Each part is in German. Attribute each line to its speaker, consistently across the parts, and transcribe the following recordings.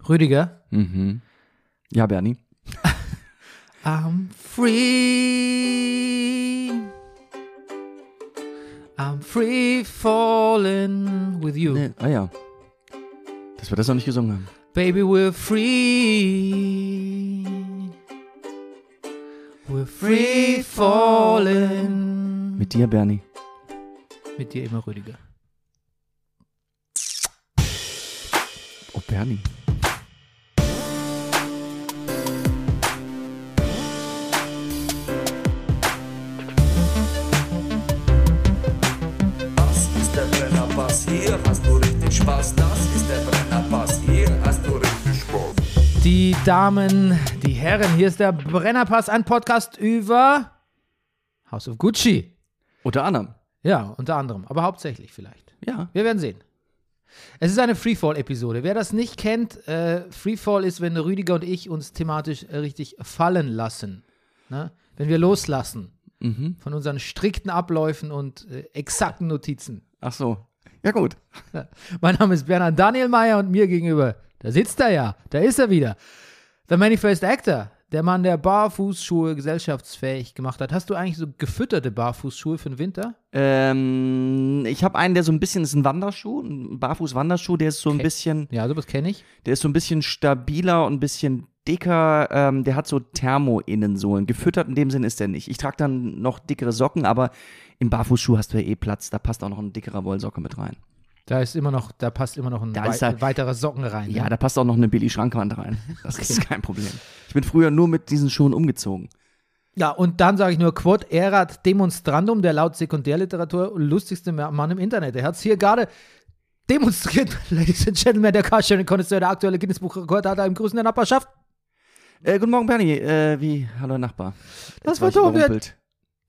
Speaker 1: Rüdiger.
Speaker 2: Mhm. Ja, Bernie.
Speaker 1: I'm free. I'm free falling with you.
Speaker 2: Nee, Ah ja. Dass wir das noch nicht gesungen haben.
Speaker 1: Baby, we're free. We're free falling.
Speaker 2: Mit dir, Bernie.
Speaker 1: Mit dir immer Rüdiger.
Speaker 2: Oh, Bernie.
Speaker 3: Das ist der Brennerpass, hier hast du richtig Spaß. Das ist der Brennerpass, hier hast du richtig Spaß.
Speaker 1: Die Damen, die Herren, hier ist der Brennerpass, ein Podcast über House of Gucci.
Speaker 2: Unter anderem.
Speaker 1: Ja, unter anderem, aber hauptsächlich vielleicht.
Speaker 2: Ja.
Speaker 1: Wir werden sehen. Es ist eine Freefall-Episode. Wer das nicht kennt, äh, Freefall ist, wenn Rüdiger und ich uns thematisch äh, richtig fallen lassen. Ne? Wenn wir loslassen
Speaker 2: Mhm.
Speaker 1: von unseren strikten Abläufen und äh, exakten Notizen.
Speaker 2: Ach so. Ja, gut.
Speaker 1: Mein Name ist Bernhard Daniel Mayer und mir gegenüber, da sitzt er ja, da ist er wieder. The Manifest Actor, der Mann, der Barfußschuhe gesellschaftsfähig gemacht hat. Hast du eigentlich so gefütterte Barfußschuhe für den Winter?
Speaker 2: Ähm, ich habe einen, der so ein bisschen ist ein Wanderschuh, ein Barfuß-Wanderschuh, der ist so ein
Speaker 1: Okay.
Speaker 2: bisschen,
Speaker 1: Ja, sowas kenne ich.
Speaker 2: der ist so ein bisschen stabiler und ein bisschen dicker. Ähm, der hat so Thermo-Innensohlen. Gefüttert in dem Sinn ist der nicht. Ich trage dann noch dickere Socken, aber im Barfußschuh hast du ja eh Platz. Da passt auch noch ein dickerer Wollsocke mit rein.
Speaker 1: Da ist immer noch, da passt immer noch ein
Speaker 2: Da
Speaker 1: wei
Speaker 2: ist er.
Speaker 1: weiterer Socken rein.
Speaker 2: Ja,
Speaker 1: ne?
Speaker 2: da passt auch noch eine Billy-Schrankwand rein. Das ist kein Problem. Ich bin früher nur mit diesen Schuhen umgezogen.
Speaker 1: ja und dann sage ich nur Quod erat demonstrandum, der laut Sekundärliteratur lustigste Ma- Mann im Internet. Er hat es hier gerade demonstriert, Ladies and Gentlemen, der Carsharing-Konnoisseur, der aktuelle Guinness-Buch-Rekord hat einen Grüßen der Nachbarschaft.
Speaker 2: Äh, guten Morgen, Bernie. Äh, wie? Hallo, Nachbar.
Speaker 1: Das
Speaker 2: Jetzt war ich
Speaker 1: Phantom der-
Speaker 2: überrumpelt.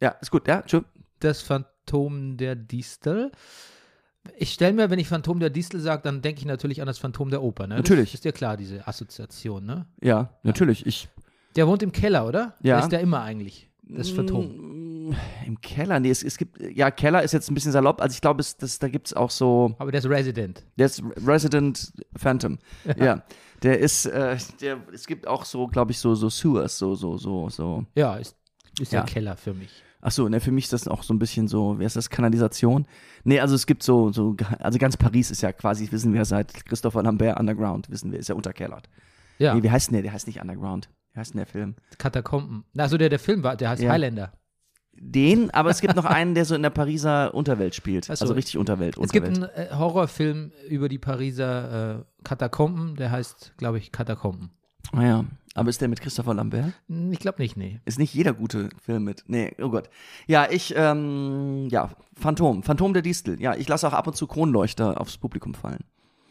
Speaker 2: Ja, ist gut. Ja, tschüss.
Speaker 1: das Phantom der Distel. Ich stelle mir, wenn ich Phantom der Distel sage, dann denke ich natürlich an das Phantom der Oper. Ne?
Speaker 2: Natürlich.
Speaker 1: Das ist dir klar, diese Assoziation. Ne?
Speaker 2: Ja, natürlich. Ich
Speaker 1: Der wohnt im Keller, oder?
Speaker 2: Ja.
Speaker 1: Da ist der immer eigentlich, das Phantom.
Speaker 2: Mm, Im Keller? Nee, es, es gibt, äh, ja, Keller ist jetzt ein bisschen salopp. Also ich glaube, es, das, da gibt es auch so,
Speaker 1: Aber der ist Resident.
Speaker 2: der ist Resident Phantom. Ja. Der ist, äh, der, es gibt auch so, glaube ich, so, so Sewers, so, so, so, so.
Speaker 1: Ja, ist, ist
Speaker 2: Ja.
Speaker 1: der Keller für mich.
Speaker 2: Ach so, ne, für mich ist das auch so ein bisschen so, wer ist das, Kanalisation? Nee, also es gibt so, so, also ganz Paris ist ja quasi, wissen wir seit Christopher Lambert Underground, wissen wir, ist ja unterkellert.
Speaker 1: Ja,
Speaker 2: Nee, wie heißt denn der? Der heißt nicht Underground. Wie heißt denn der Film?
Speaker 1: Katakomben. Also der, der Film war, der heißt
Speaker 2: Ja.
Speaker 1: Highlander.
Speaker 2: Den, aber es gibt noch einen, der so in der Pariser Unterwelt spielt.
Speaker 1: Ach so.
Speaker 2: Also richtig Unterwelt,
Speaker 1: Es gibt
Speaker 2: Unterwelt.
Speaker 1: einen äh, Horrorfilm über die Pariser äh, Katakomben, der heißt, glaube ich, Katakomben.
Speaker 2: Ah ja. Aber ist der mit Christopher Lambert?
Speaker 1: Hm, Ich glaube nicht, nee.
Speaker 2: Ist nicht jeder gute Film mit. Nee, oh Gott. Ja, ich, ähm, ja, Phantom. Phantom der Distel. Ja, ich lasse auch ab und zu Kronleuchter aufs Publikum fallen.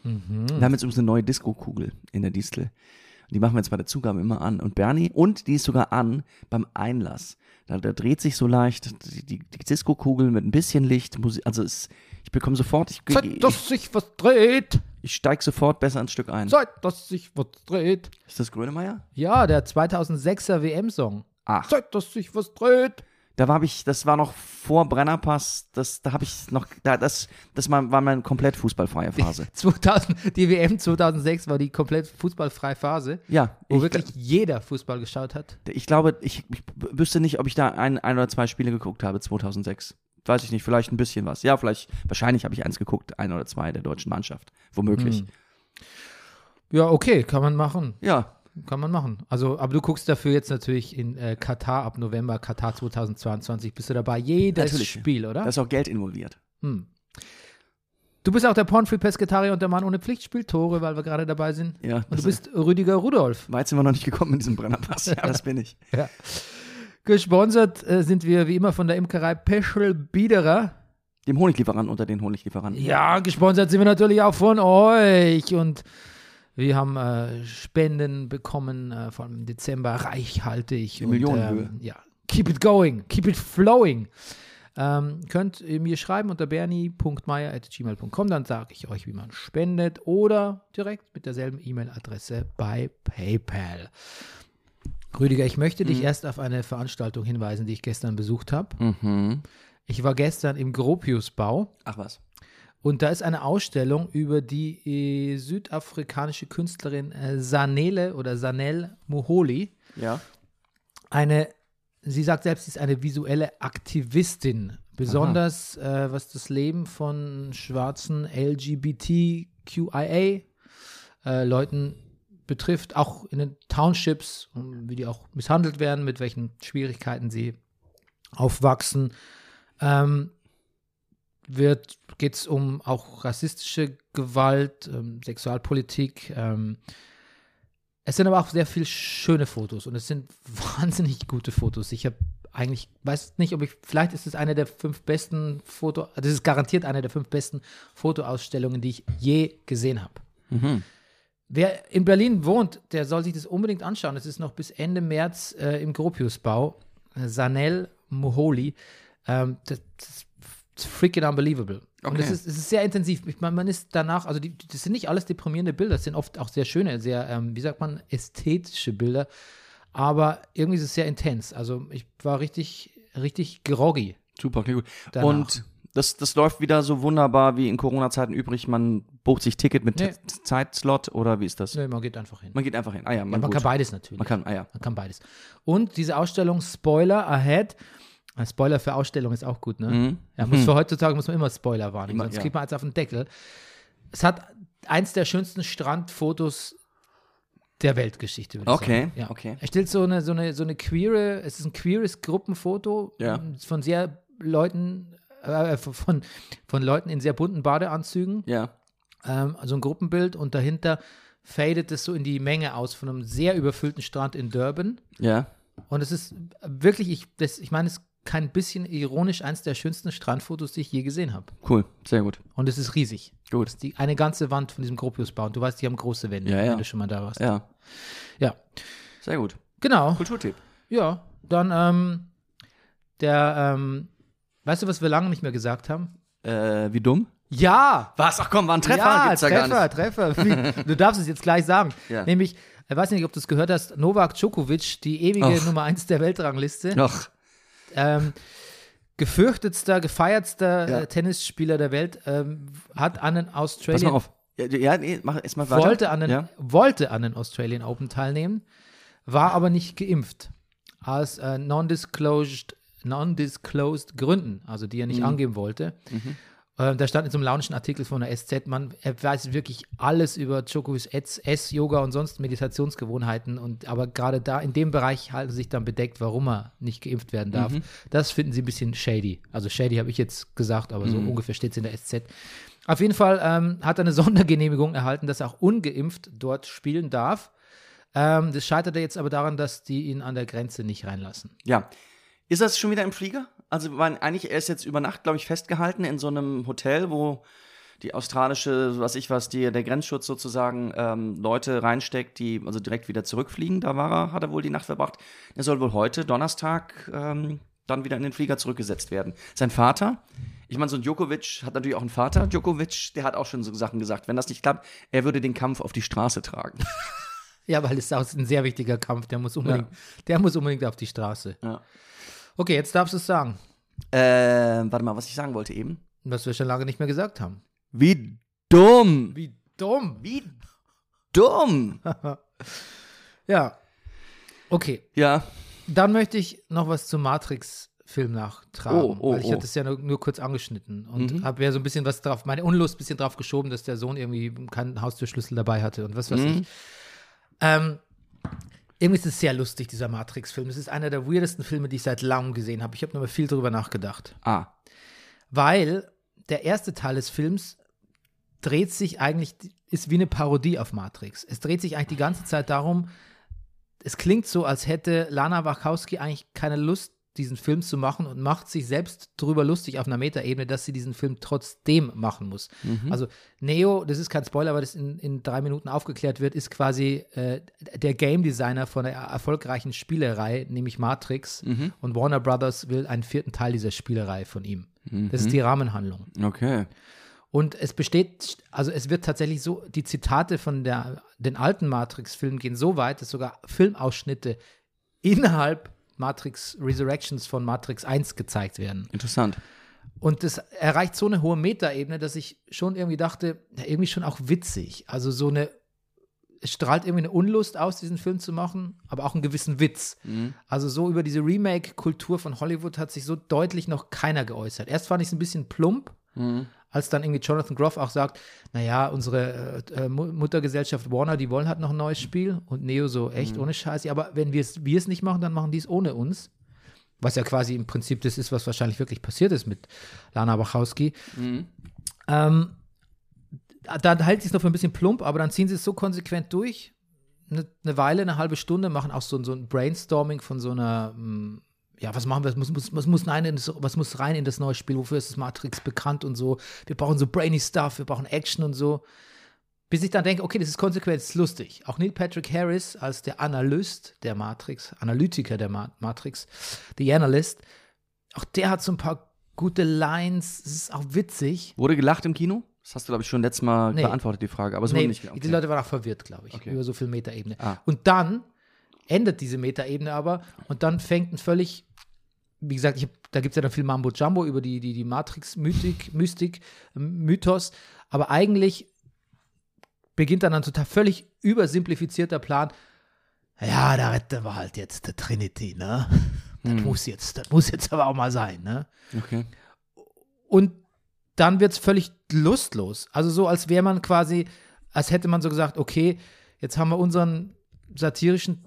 Speaker 2: Wir haben jetzt übrigens eine neue Disco-Kugel in der Distel. Und die machen wir jetzt bei der Zugabe immer an. Und Bernie, und die ist sogar an beim Einlass. Da, da dreht sich so leicht die, die, die Disco-Kugel mit ein bisschen Licht. Musik, also es, ich bekomme sofort, ich,
Speaker 1: Seit,
Speaker 2: ich,
Speaker 1: dass sich was dreht,
Speaker 2: ich steige sofort besser ins Stück ein.
Speaker 1: seit, dass sich was dreht.
Speaker 2: Ist das Grönemeyer?
Speaker 1: Ja, der 2006er WM-Song.
Speaker 2: Ach.
Speaker 1: Zeigt, dass sich was dreht.
Speaker 2: Da war ich, das war noch vor Brennerpass, das, da habe ich noch, da, das, das war, war meine komplett fußballfreie Phase.
Speaker 1: 2000, die WM 2006 war die komplett fußballfreie Phase,
Speaker 2: Ja,
Speaker 1: wo
Speaker 2: ich,
Speaker 1: wirklich jeder Fußball geschaut hat.
Speaker 2: gl- ich glaube, ich, ich wüsste nicht, ob ich da ein, ein oder zwei Spiele geguckt habe 2006. Weiß ich nicht, vielleicht ein bisschen was. Ja, vielleicht, wahrscheinlich habe ich eins geguckt, ein oder zwei der deutschen Mannschaft. Womöglich.
Speaker 1: Hm. Ja, okay, kann man machen.
Speaker 2: Ja,
Speaker 1: Kann man machen. Also, aber du guckst dafür jetzt natürlich in äh, Katar ab November, Katar 2022, bist du dabei. Jedes
Speaker 2: Natürlich.
Speaker 1: Spiel, oder?
Speaker 2: da ist auch Geld involviert.
Speaker 1: hm. Du bist auch der Pornfree-Pesketarier und der Mann ohne Pflichtspieltore, weil wir gerade dabei sind.
Speaker 2: Ja,
Speaker 1: Und du
Speaker 2: das-
Speaker 1: bist Rüdiger Rudolf.
Speaker 2: Weit sind wir noch nicht gekommen mit diesem Brennerpass. Ja, das bin ich.
Speaker 1: Ja. Gesponsert äh, sind wir wie immer von der Imkerei Peschel Biederer.
Speaker 2: Dem Honiglieferanten unter den Honiglieferanten.
Speaker 1: Ja, gesponsert sind wir natürlich auch von euch. Und wir haben äh, Spenden bekommen, äh, vor allem im Dezember, reichhaltig.
Speaker 2: In
Speaker 1: und,
Speaker 2: Millionenhöhe.
Speaker 1: Ähm, ja, keep it going, keep it flowing. Ähm, könnt ihr mir schreiben unter bernie.meier.gmail.com, dann sage ich euch, wie man spendet oder direkt mit derselben E-Mail-Adresse bei PayPal. Rüdiger, ich möchte dich erst auf eine Veranstaltung hinweisen, die ich gestern besucht habe.
Speaker 2: Mhm.
Speaker 1: Ich war gestern im Gropiusbau
Speaker 2: Ach was.
Speaker 1: Und da ist eine Ausstellung über die äh, südafrikanische Künstlerin äh, Sanele oder Sanel Muholi.
Speaker 2: Ja.
Speaker 1: Eine, sie sagt selbst, sie ist eine visuelle Aktivistin, besonders äh, was das Leben von schwarzen LGBTQIA äh, Leuten betrifft, auch in den Townships, und wie die auch misshandelt werden, mit welchen Schwierigkeiten sie aufwachsen. Ähm, wird geht es um auch rassistische Gewalt, ähm, Sexualpolitik. Ähm, es sind aber auch sehr viele schöne Fotos und es sind wahnsinnig gute Fotos. Ich habe eigentlich, weiß nicht, ob ich, vielleicht ist es eine der fünf besten Foto, das ist garantiert eine der fünf besten Fotoausstellungen, die ich je gesehen habe. Mhm. Wer in Berlin wohnt, der soll sich das unbedingt anschauen. Es ist noch bis Ende März äh, im Gropiusbau. Äh, Sanel Moholi. Ähm, das, das ist freaking unbelievable. Und
Speaker 2: Okay.
Speaker 1: es ist, es ist sehr intensiv. Ich meine, man ist danach, also die, das sind nicht alles deprimierende Bilder, das sind oft auch sehr schöne, sehr, ähm, wie sagt man, ästhetische Bilder. Aber irgendwie ist es sehr intens. Also ich war richtig, richtig groggy.
Speaker 2: Super, klingt gut.
Speaker 1: Danach.
Speaker 2: Und das, das läuft wieder so wunderbar wie in Corona-Zeiten übrig. Man bucht sich Ticket mit
Speaker 1: Nee.
Speaker 2: Te- Zeitslot oder wie ist das?
Speaker 1: Nö, man geht einfach hin.
Speaker 2: Man geht einfach hin. Ah ja, man,
Speaker 1: Man, man
Speaker 2: gut.
Speaker 1: kann beides natürlich.
Speaker 2: Man kann, ah ja.
Speaker 1: Man kann beides. Und diese Ausstellung Spoiler Ahead. Ein Spoiler für Ausstellung ist auch gut, ne? Ja, muss für heutzutage muss man immer Spoiler warnen,
Speaker 2: Mhm. Immer,
Speaker 1: sonst
Speaker 2: ja.
Speaker 1: kriegt man eins auf den Deckel. Es hat eins der schönsten Strandfotos der Weltgeschichte, würde ich
Speaker 2: Okay,
Speaker 1: sagen. Ja.
Speaker 2: okay.
Speaker 1: Er stellt so eine, so eine, so eine queere, es ist ein queeres Gruppenfoto
Speaker 2: Ja.
Speaker 1: m, von sehr Leuten, äh, von, von Leuten in sehr bunten Badeanzügen
Speaker 2: Ja.
Speaker 1: ähm, also ein Gruppenbild und dahinter fadet es so in die Menge aus von einem sehr überfüllten Strand in Durban.
Speaker 2: Ja.
Speaker 1: Und es ist wirklich, ich, das, ich meine, es ist kein bisschen ironisch eines der schönsten Strandfotos, die ich je gesehen habe.
Speaker 2: Cool. Sehr gut.
Speaker 1: Und es ist riesig.
Speaker 2: Gut.
Speaker 1: Die, eine ganze Wand von diesem Gropiusbau. Und du weißt, die haben große Wände,
Speaker 2: Ja, ja.
Speaker 1: wenn du schon mal da warst. Ja,
Speaker 2: Ja. Sehr gut.
Speaker 1: genau.
Speaker 2: Kulturtipp.
Speaker 1: Ja, dann ähm, der, ähm, weißt du, was wir lange nicht mehr gesagt haben?
Speaker 2: Äh, wie dumm?
Speaker 1: Ja,
Speaker 2: Was? Ach komm, war ein Treffer?
Speaker 1: ja,
Speaker 2: Gibt's da
Speaker 1: Treffer,
Speaker 2: gar nicht.
Speaker 1: Treffer. Wie- Du darfst es jetzt gleich sagen.
Speaker 2: Ja.
Speaker 1: Nämlich, ich weiß nicht, ob du es gehört hast, Novak Djokovic, die ewige
Speaker 2: Ach.
Speaker 1: Nummer 1 der Weltrangliste,
Speaker 2: Ach,
Speaker 1: ähm, gefürchtetster, gefeiertster
Speaker 2: Ja.
Speaker 1: äh, Tennisspieler der Welt, ähm, hat an den
Speaker 2: pass mal
Speaker 1: Australian,
Speaker 2: auf. Ja, ja nee, mach erst mal weiter.
Speaker 1: wollte, an den,
Speaker 2: ja.
Speaker 1: wollte an den Australian Open teilnehmen, war aber nicht geimpft. Aus äh, non-disclosed non-disclosed Gründen, also die er
Speaker 2: Mhm.
Speaker 1: nicht angeben wollte. Ähm, da stand in so einem launischen Artikel von der SZ, man er weiß wirklich alles über Djokovic Ess- Ess, Yoga und sonst Meditationsgewohnheiten und aber gerade da in dem Bereich halten sie sich dann bedeckt, warum er nicht geimpft werden darf. Das finden sie ein bisschen shady. Also shady habe ich jetzt gesagt, aber so ungefähr steht es in der SZ. Auf jeden Fall ähm, hat er eine Sondergenehmigung erhalten, dass er auch ungeimpft dort spielen darf. Ähm, das scheiterte jetzt aber daran, dass die ihn an der Grenze nicht reinlassen.
Speaker 2: Ja. Ist das schon wieder im Flieger? Also, wir waren eigentlich, er ist jetzt über Nacht, glaube ich, festgehalten in so einem Hotel, wo die australische, was ich was, die, der Grenzschutz sozusagen ähm, Leute reinsteckt, die also direkt wieder zurückfliegen. Da war er, hat er wohl die Nacht verbracht. Er soll wohl heute, Donnerstag, ähm, dann wieder in den Flieger zurückgesetzt werden. Sein Vater, ich meine, so ein Djokovic hat natürlich auch einen Vater. Djokovic, der hat auch schon so Sachen gesagt. Wenn das nicht klappt, er würde den Kampf auf die Straße tragen.
Speaker 1: Ja, weil es ist auch ein sehr wichtiger Kampf. Der muss unbedingt, der muss unbedingt auf die Straße.
Speaker 2: Ja.
Speaker 1: Okay, jetzt darfst du es sagen,
Speaker 2: Ähm, warte mal, was ich sagen wollte eben.
Speaker 1: was wir schon lange nicht mehr gesagt haben.
Speaker 2: Wie dumm!
Speaker 1: Wie dumm.
Speaker 2: Wie dumm!
Speaker 1: Ja. Okay,
Speaker 2: Ja,
Speaker 1: dann möchte ich noch was zum Matrix-Film nachtragen.
Speaker 2: Oh, oh,
Speaker 1: weil ich
Speaker 2: oh. Mhm.
Speaker 1: hatte es ja nur, nur kurz angeschnitten und habe ja so ein bisschen was drauf, meine Unlust ein bisschen drauf geschoben, dass der Sohn irgendwie keinen Haustürschlüssel dabei hatte und was weiß
Speaker 2: Mhm.
Speaker 1: ich. Ähm, irgendwie ist es sehr lustig, dieser Matrix-Film. Es ist einer der weirdesten Filme, die ich seit langem gesehen habe. Ich habe nochmal viel drüber nachgedacht.
Speaker 2: ah,
Speaker 1: Weil der erste Teil des Films dreht sich eigentlich, ist wie eine Parodie auf Matrix. Es dreht sich eigentlich die ganze Zeit darum, es klingt so, als hätte Lana Wachowski eigentlich keine Lust, diesen Film zu machen und macht sich selbst drüber lustig auf einer Metaebene, dass sie diesen Film trotzdem machen muss. Also Neo, das ist kein Spoiler, aber das in, in drei Minuten aufgeklärt wird, ist quasi äh, der Game Designer von der erfolgreichen Spielerei, nämlich Matrix.
Speaker 2: Mhm.
Speaker 1: Und Warner Brothers will einen vierten Teil dieser Spielerei von ihm. Das ist die Rahmenhandlung.
Speaker 2: Mhm. okay.
Speaker 1: Und es besteht, also es wird tatsächlich so, die Zitate von der, den alten Matrix-Filmen gehen so weit, dass sogar Filmausschnitte innerhalb Matrix Resurrections von Matrix 1 gezeigt werden.
Speaker 2: Interessant.
Speaker 1: Und das erreicht so eine hohe Metaebene, dass ich schon irgendwie dachte, na, irgendwie schon auch witzig. Also so eine, es strahlt irgendwie eine Unlust aus, diesen Film zu machen, aber auch einen gewissen Witz. Also so über diese Remake-Kultur von Hollywood hat sich so deutlich noch keiner geäußert. Erst fand ich es ein bisschen plump, als dann irgendwie Jonathan Groff auch sagt, naja, unsere äh, äh, Mu- Muttergesellschaft Warner, die wollen halt noch ein neues Spiel und Neo so, echt, ohne Scheiße. Aber wenn wir es wir es nicht machen, dann machen die es ohne uns. Was ja quasi im Prinzip das ist, was wahrscheinlich wirklich passiert ist mit Lana Wachowski. Ähm, dann halte ich es noch für ein bisschen plump, aber dann ziehen sie es so konsequent durch. Eine, eine Weile, eine halbe Stunde, machen auch so, ein- so ein Brainstorming von so einer, mm, ja, was machen wir, was muss, muss, was, muss rein in das, was muss rein in das neue Spiel, wofür ist das Matrix bekannt und so. Wir brauchen so brainy Stuff, wir brauchen Action und so. Bis ich dann denke, okay, das ist konsequent, das ist lustig. Auch Neil Patrick Harris als der Analyst der Matrix, Analytiker der Ma Matrix, The Analyst, auch der hat so ein paar gute Lines, es ist auch witzig.
Speaker 2: Wurde gelacht im Kino? Das hast du, glaube ich, schon letztes Mal
Speaker 1: Nee.
Speaker 2: beantwortet, die Frage. Aber es
Speaker 1: Nee,
Speaker 2: wurde nicht
Speaker 1: die Leute waren auch verwirrt, glaube ich,
Speaker 2: Okay.
Speaker 1: über so viel Metaebene.
Speaker 2: Ah.
Speaker 1: Und dann endet diese Metaebene aber und dann fängt ein völlig, wie gesagt, ich hab, da gibt es ja dann viel Mambo Jumbo über die, die, die Matrix-Mystik, Mystik, ähm, Mythos, aber eigentlich beginnt dann ein total völlig übersimplifizierter Plan. Ja, da retten wir halt jetzt der Trinity, ne? Das
Speaker 2: Hm.
Speaker 1: muss jetzt, das muss jetzt aber auch mal sein, ne?
Speaker 2: Mhm. Okay.
Speaker 1: und dann wird es völlig lustlos. Also so, als wäre man quasi, als hätte man so gesagt, okay, jetzt haben wir unseren satirischen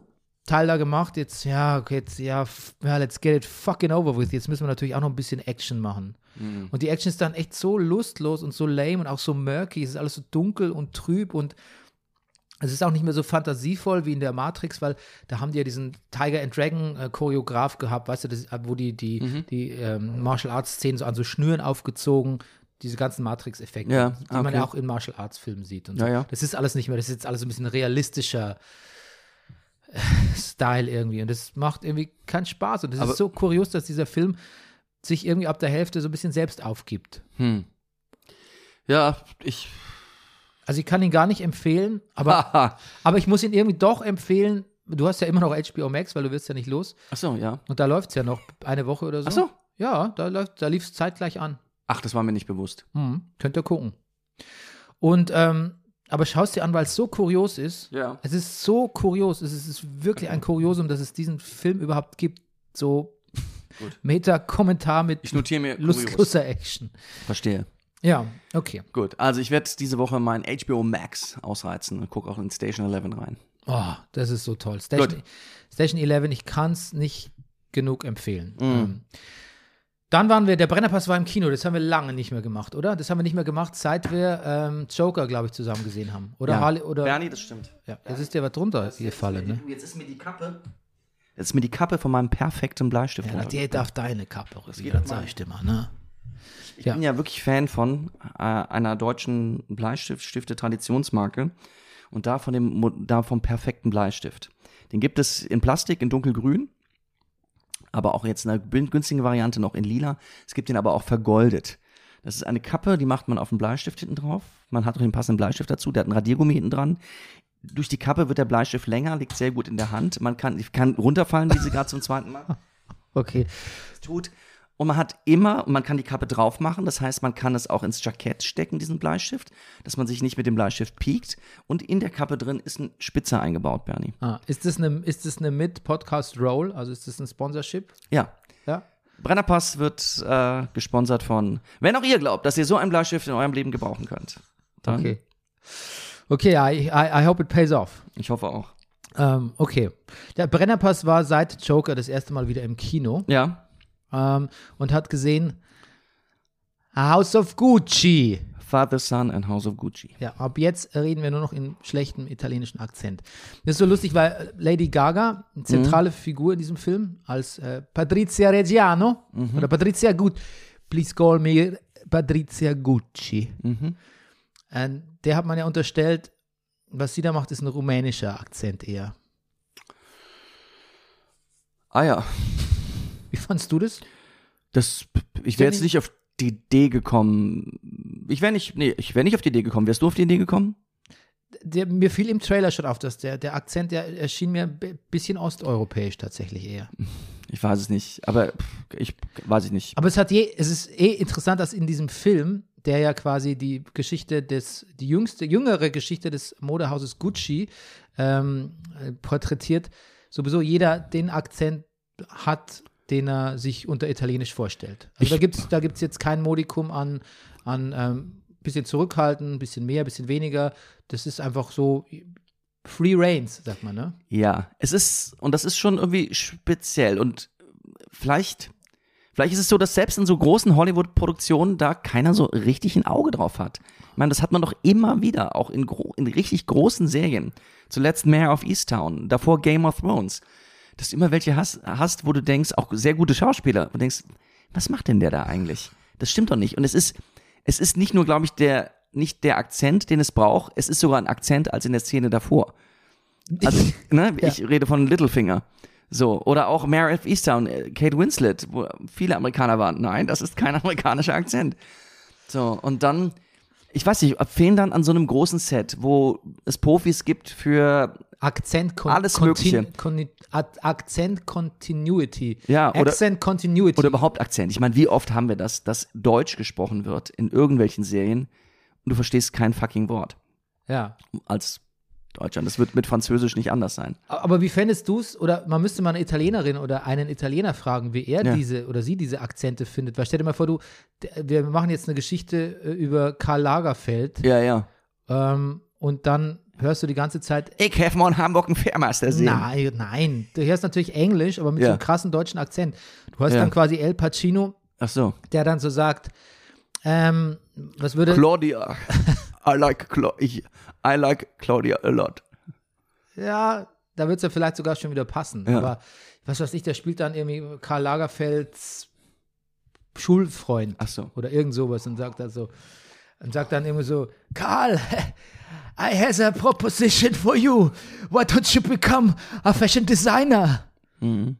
Speaker 1: Teil da gemacht, jetzt, ja, okay, jetzt, ja, f- ja, let's get it fucking over with. Jetzt müssen wir natürlich auch noch ein bisschen Action machen.
Speaker 2: Hm. Mhm.
Speaker 1: Und die Action ist dann echt so lustlos und so lame und auch so murky. Es ist alles so dunkel und trüb und es ist auch nicht mehr so fantasievoll wie in der Matrix, weil da haben die ja diesen Tiger and Dragon äh, Choreograf gehabt, weißt du, das, äh, wo die die,
Speaker 2: Mhm.
Speaker 1: die ähm, Martial Arts Szenen so an so Schnüren aufgezogen, diese ganzen Matrix Effekte,
Speaker 2: Ja,
Speaker 1: die
Speaker 2: ah,
Speaker 1: man ja
Speaker 2: okay.
Speaker 1: auch in Martial Arts Filmen sieht und
Speaker 2: Ja,
Speaker 1: so.
Speaker 2: ja.
Speaker 1: Das ist alles nicht mehr, das ist jetzt alles ein bisschen realistischer äh, Style irgendwie und das macht irgendwie keinen Spaß und das
Speaker 2: Aber-
Speaker 1: ist so kurios, dass dieser Film sich irgendwie ab der Hälfte so ein bisschen selbst aufgibt.
Speaker 2: Hm. Ja, ich.
Speaker 1: Also ich kann ihn gar nicht empfehlen, aber
Speaker 2: Haha.
Speaker 1: Aber ich muss ihn irgendwie doch empfehlen. Du hast ja immer noch HBO Max, weil du wirst ja nicht los.
Speaker 2: Achso, ja.
Speaker 1: Und da läuft es ja noch eine Woche oder so.
Speaker 2: Ach so.
Speaker 1: Ja, da, läuft- da lief es zeitgleich an.
Speaker 2: Ach, das war mir nicht bewusst.
Speaker 1: Hm, könnt ihr gucken. Und, ähm, aber schau es dir an, weil es so kurios ist.
Speaker 2: Ja.
Speaker 1: Es ist so kurios. Es ist, es ist wirklich ein Kuriosum, dass es diesen Film überhaupt gibt. So
Speaker 2: Gut.
Speaker 1: Meta-Kommentar mit
Speaker 2: Ich notiere mir. kurios.
Speaker 1: lustloser Action.
Speaker 2: Verstehe.
Speaker 1: Ja, okay.
Speaker 2: Gut, also ich werde diese Woche mein HBO Max ausreizen und gucke auch in Station 11 rein.
Speaker 1: Oh, das ist so toll. Station,
Speaker 2: Gut.
Speaker 1: Station 11, ich kann es nicht genug empfehlen.
Speaker 2: Mhm.
Speaker 1: Ähm, Dann waren wir, der Brennerpass war im Kino, das haben wir lange nicht mehr gemacht, oder? Das haben wir nicht mehr gemacht, seit wir ähm, Joker, glaube ich, zusammen gesehen haben. Oder Harley, oder.
Speaker 2: Bernie, das stimmt.
Speaker 1: Ja, das ist dir was drunter gefallen, ne?
Speaker 2: Jetzt ist mir die Kappe. Jetzt ist mir die Kappe von meinem perfekten Bleistift.
Speaker 1: Ja,
Speaker 2: runter.
Speaker 1: die darf deine Kappe
Speaker 2: geht
Speaker 1: rüber,
Speaker 2: auf
Speaker 1: sag ich dir mal, ne?
Speaker 2: ich
Speaker 1: ja.
Speaker 2: bin ja wirklich Fan von äh, einer deutschen Bleistiftstifte-Traditionsmarke und da von dem Mo- da vom perfekten Bleistift. Den gibt es in Plastik, in dunkelgrün, aber auch jetzt in einer gün- günstigen Variante noch in lila. Es gibt den aber auch vergoldet. Das ist eine Kappe, die macht man auf den Bleistift hinten drauf. Man hat auch den passenden Bleistift dazu, der hat einen Radiergummi hinten dran. Durch die Kappe wird der Bleistift länger, liegt sehr gut in der Hand. Man kann, kann runterfallen, diese gerade zum zweiten Mal
Speaker 1: Okay.
Speaker 2: tut. Und man hat immer, und man kann die Kappe drauf machen, das heißt, man kann es auch ins Jackett stecken, diesen Bleistift, dass man sich nicht mit dem Bleistift piekt. Und in der Kappe drin ist ein Spitzer eingebaut, Bernie.
Speaker 1: Ah, ist das eine, ist das eine mit Podcast Roll? Also ist das ein Sponsorship?
Speaker 2: Ja.
Speaker 1: Ja.
Speaker 2: Brennerpass wird äh, gesponsert von, wenn auch ihr glaubt, dass ihr so einen Bleistift in eurem Leben gebrauchen könnt. Dann,
Speaker 1: Okay. Okay, I, I, I hope it pays off.
Speaker 2: Ich hoffe auch.
Speaker 1: Ähm, okay. Der Brennerpass war seit Joker das erste Mal wieder im Kino
Speaker 2: Ja.
Speaker 1: ähm, und hat gesehen House of Gucci.
Speaker 2: Father, Son and House of Gucci.
Speaker 1: Ja, ab jetzt reden wir nur noch in schlechtem italienischen Akzent. Das ist so lustig, weil äh, Lady Gaga, eine zentrale Figur in diesem Film, als äh, Patrizia Reggiano oder Patrizia Gucci, please call me Patrizia Gucci. Und der hat man ja unterstellt, was sie da macht, ist ein rumänischer Akzent eher.
Speaker 2: Ah ja.
Speaker 1: Wie fandst du das?
Speaker 2: Das, ich wäre jetzt nicht auf die Idee gekommen. Ich wäre nicht, nee, ich wäre nicht auf die Idee gekommen. Wärst du auf die Idee gekommen?
Speaker 1: der, mir fiel im Trailer schon auf, dass der, der Akzent, der erschien mir ein bi- bisschen osteuropäisch tatsächlich eher.
Speaker 2: Ich weiß es nicht, aber pff, ich weiß ich nicht.
Speaker 1: Aber es hat je, es ist eh interessant, dass in diesem Film, der ja quasi die Geschichte des, die jüngste, jüngere Geschichte des Modehauses Gucci ähm, porträtiert, sowieso jeder den Akzent hat, den er sich unter Italienisch vorstellt. Also
Speaker 2: Ich-
Speaker 1: da gibt es da gibt's jetzt kein Modikum an, an ähm, bisschen zurückhalten, bisschen mehr, bisschen weniger. Das ist einfach so Free Reigns, sagt man, ne?
Speaker 2: Ja, es ist, und das ist schon irgendwie speziell und vielleicht, vielleicht ist es so, dass selbst in so großen Hollywood-Produktionen da keiner so richtig ein Auge drauf hat. Ich meine, das hat man doch immer wieder, auch in, gro in richtig großen Serien. Zuletzt Mayor of Easttown, davor Game of Thrones. Dass du immer welche hast, hast, wo du denkst, auch sehr gute Schauspieler, wo du denkst, was macht denn der da eigentlich? Das stimmt doch nicht. Und es ist, es ist nicht nur, glaube ich, der, nicht der Akzent, den es braucht, es ist sogar ein Akzent als in der Szene davor. Also, ne,
Speaker 1: Ja.
Speaker 2: ich rede von Littlefinger. So, oder auch Mare of Easttown, äh, Kate Winslet, wo viele Amerikaner waren. Nein, das ist kein amerikanischer Akzent. So, und dann, ich weiß nicht, ab fehlen dann an so einem großen Set, wo es Profis gibt für,
Speaker 1: Akzent Con-
Speaker 2: Alles Mögliche.
Speaker 1: Con Ad- Akzent Continuity.
Speaker 2: Ja, oder-
Speaker 1: Accent Continuity.
Speaker 2: oder überhaupt Akzent. Ich meine, wie oft haben wir das, dass Deutsch gesprochen wird in irgendwelchen Serien und du verstehst kein fucking Wort
Speaker 1: ja.
Speaker 2: als Deutscher. Und Das wird mit Französisch nicht anders sein.
Speaker 1: A- Aber wie fändest du es, oder man müsste mal eine Italienerin oder einen Italiener fragen, wie er
Speaker 2: Ja.
Speaker 1: diese oder sie diese Akzente findet. Weil stell dir mal vor, du, d- wir machen jetzt eine Geschichte äh, über Karl Lagerfeld
Speaker 2: Ja, ja.
Speaker 1: ähm, und dann hörst du die ganze Zeit,
Speaker 2: Ich helfe mal in Hamburg einen Fairmaster sehen.
Speaker 1: nein, nein. Du hörst natürlich Englisch, aber mit
Speaker 2: Ja.
Speaker 1: so einem krassen deutschen Akzent. Du hörst
Speaker 2: Ja.
Speaker 1: dann quasi El Pacino,
Speaker 2: Ach so.
Speaker 1: der dann so sagt, ähm, was würde,
Speaker 2: Claudia. I like, Cla ich, I like Claudia a lot.
Speaker 1: ja, da wird es ja vielleicht sogar schon wieder passen.
Speaker 2: Ja.
Speaker 1: Aber was weiß ich, der spielt dann irgendwie Karl Lagerfelds Schulfreund
Speaker 2: Ach so.
Speaker 1: oder irgend sowas und sagt dann so, und sagt dann immer so, Karl, I has a proposition for you. Why don't you become a fashion designer?
Speaker 2: Mhm.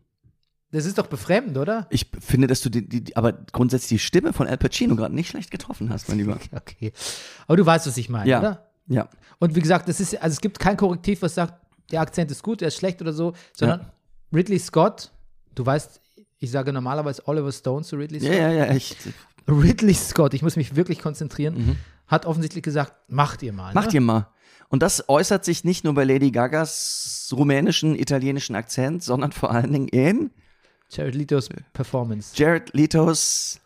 Speaker 1: Das ist doch befremdend, oder?
Speaker 2: Ich finde, dass du die, die, die- aber grundsätzlich die Stimme von Al Pacino gerade nicht schlecht getroffen hast, mein Lieber.
Speaker 1: Okay. Aber du weißt, was ich meine,
Speaker 2: Ja.
Speaker 1: oder?
Speaker 2: Ja.
Speaker 1: Und wie gesagt, das ist, also es gibt kein Korrektiv, was sagt, der Akzent ist gut, er ist schlecht oder so, sondern
Speaker 2: Ja.
Speaker 1: Ridley Scott, du weißt, ich sage normalerweise Oliver Stone zu Ridley
Speaker 2: Ja,
Speaker 1: Scott.
Speaker 2: ja, ja, echt.
Speaker 1: Ridley Scott, ich muss mich wirklich konzentrieren, hat offensichtlich gesagt, macht ihr mal.
Speaker 2: Macht
Speaker 1: ne?
Speaker 2: ihr mal. Und das äußert sich nicht nur bei Lady Gagas rumänischen, italienischen Akzent, sondern vor allen Dingen in
Speaker 1: Jared Letos Performance.
Speaker 2: Jared Letos.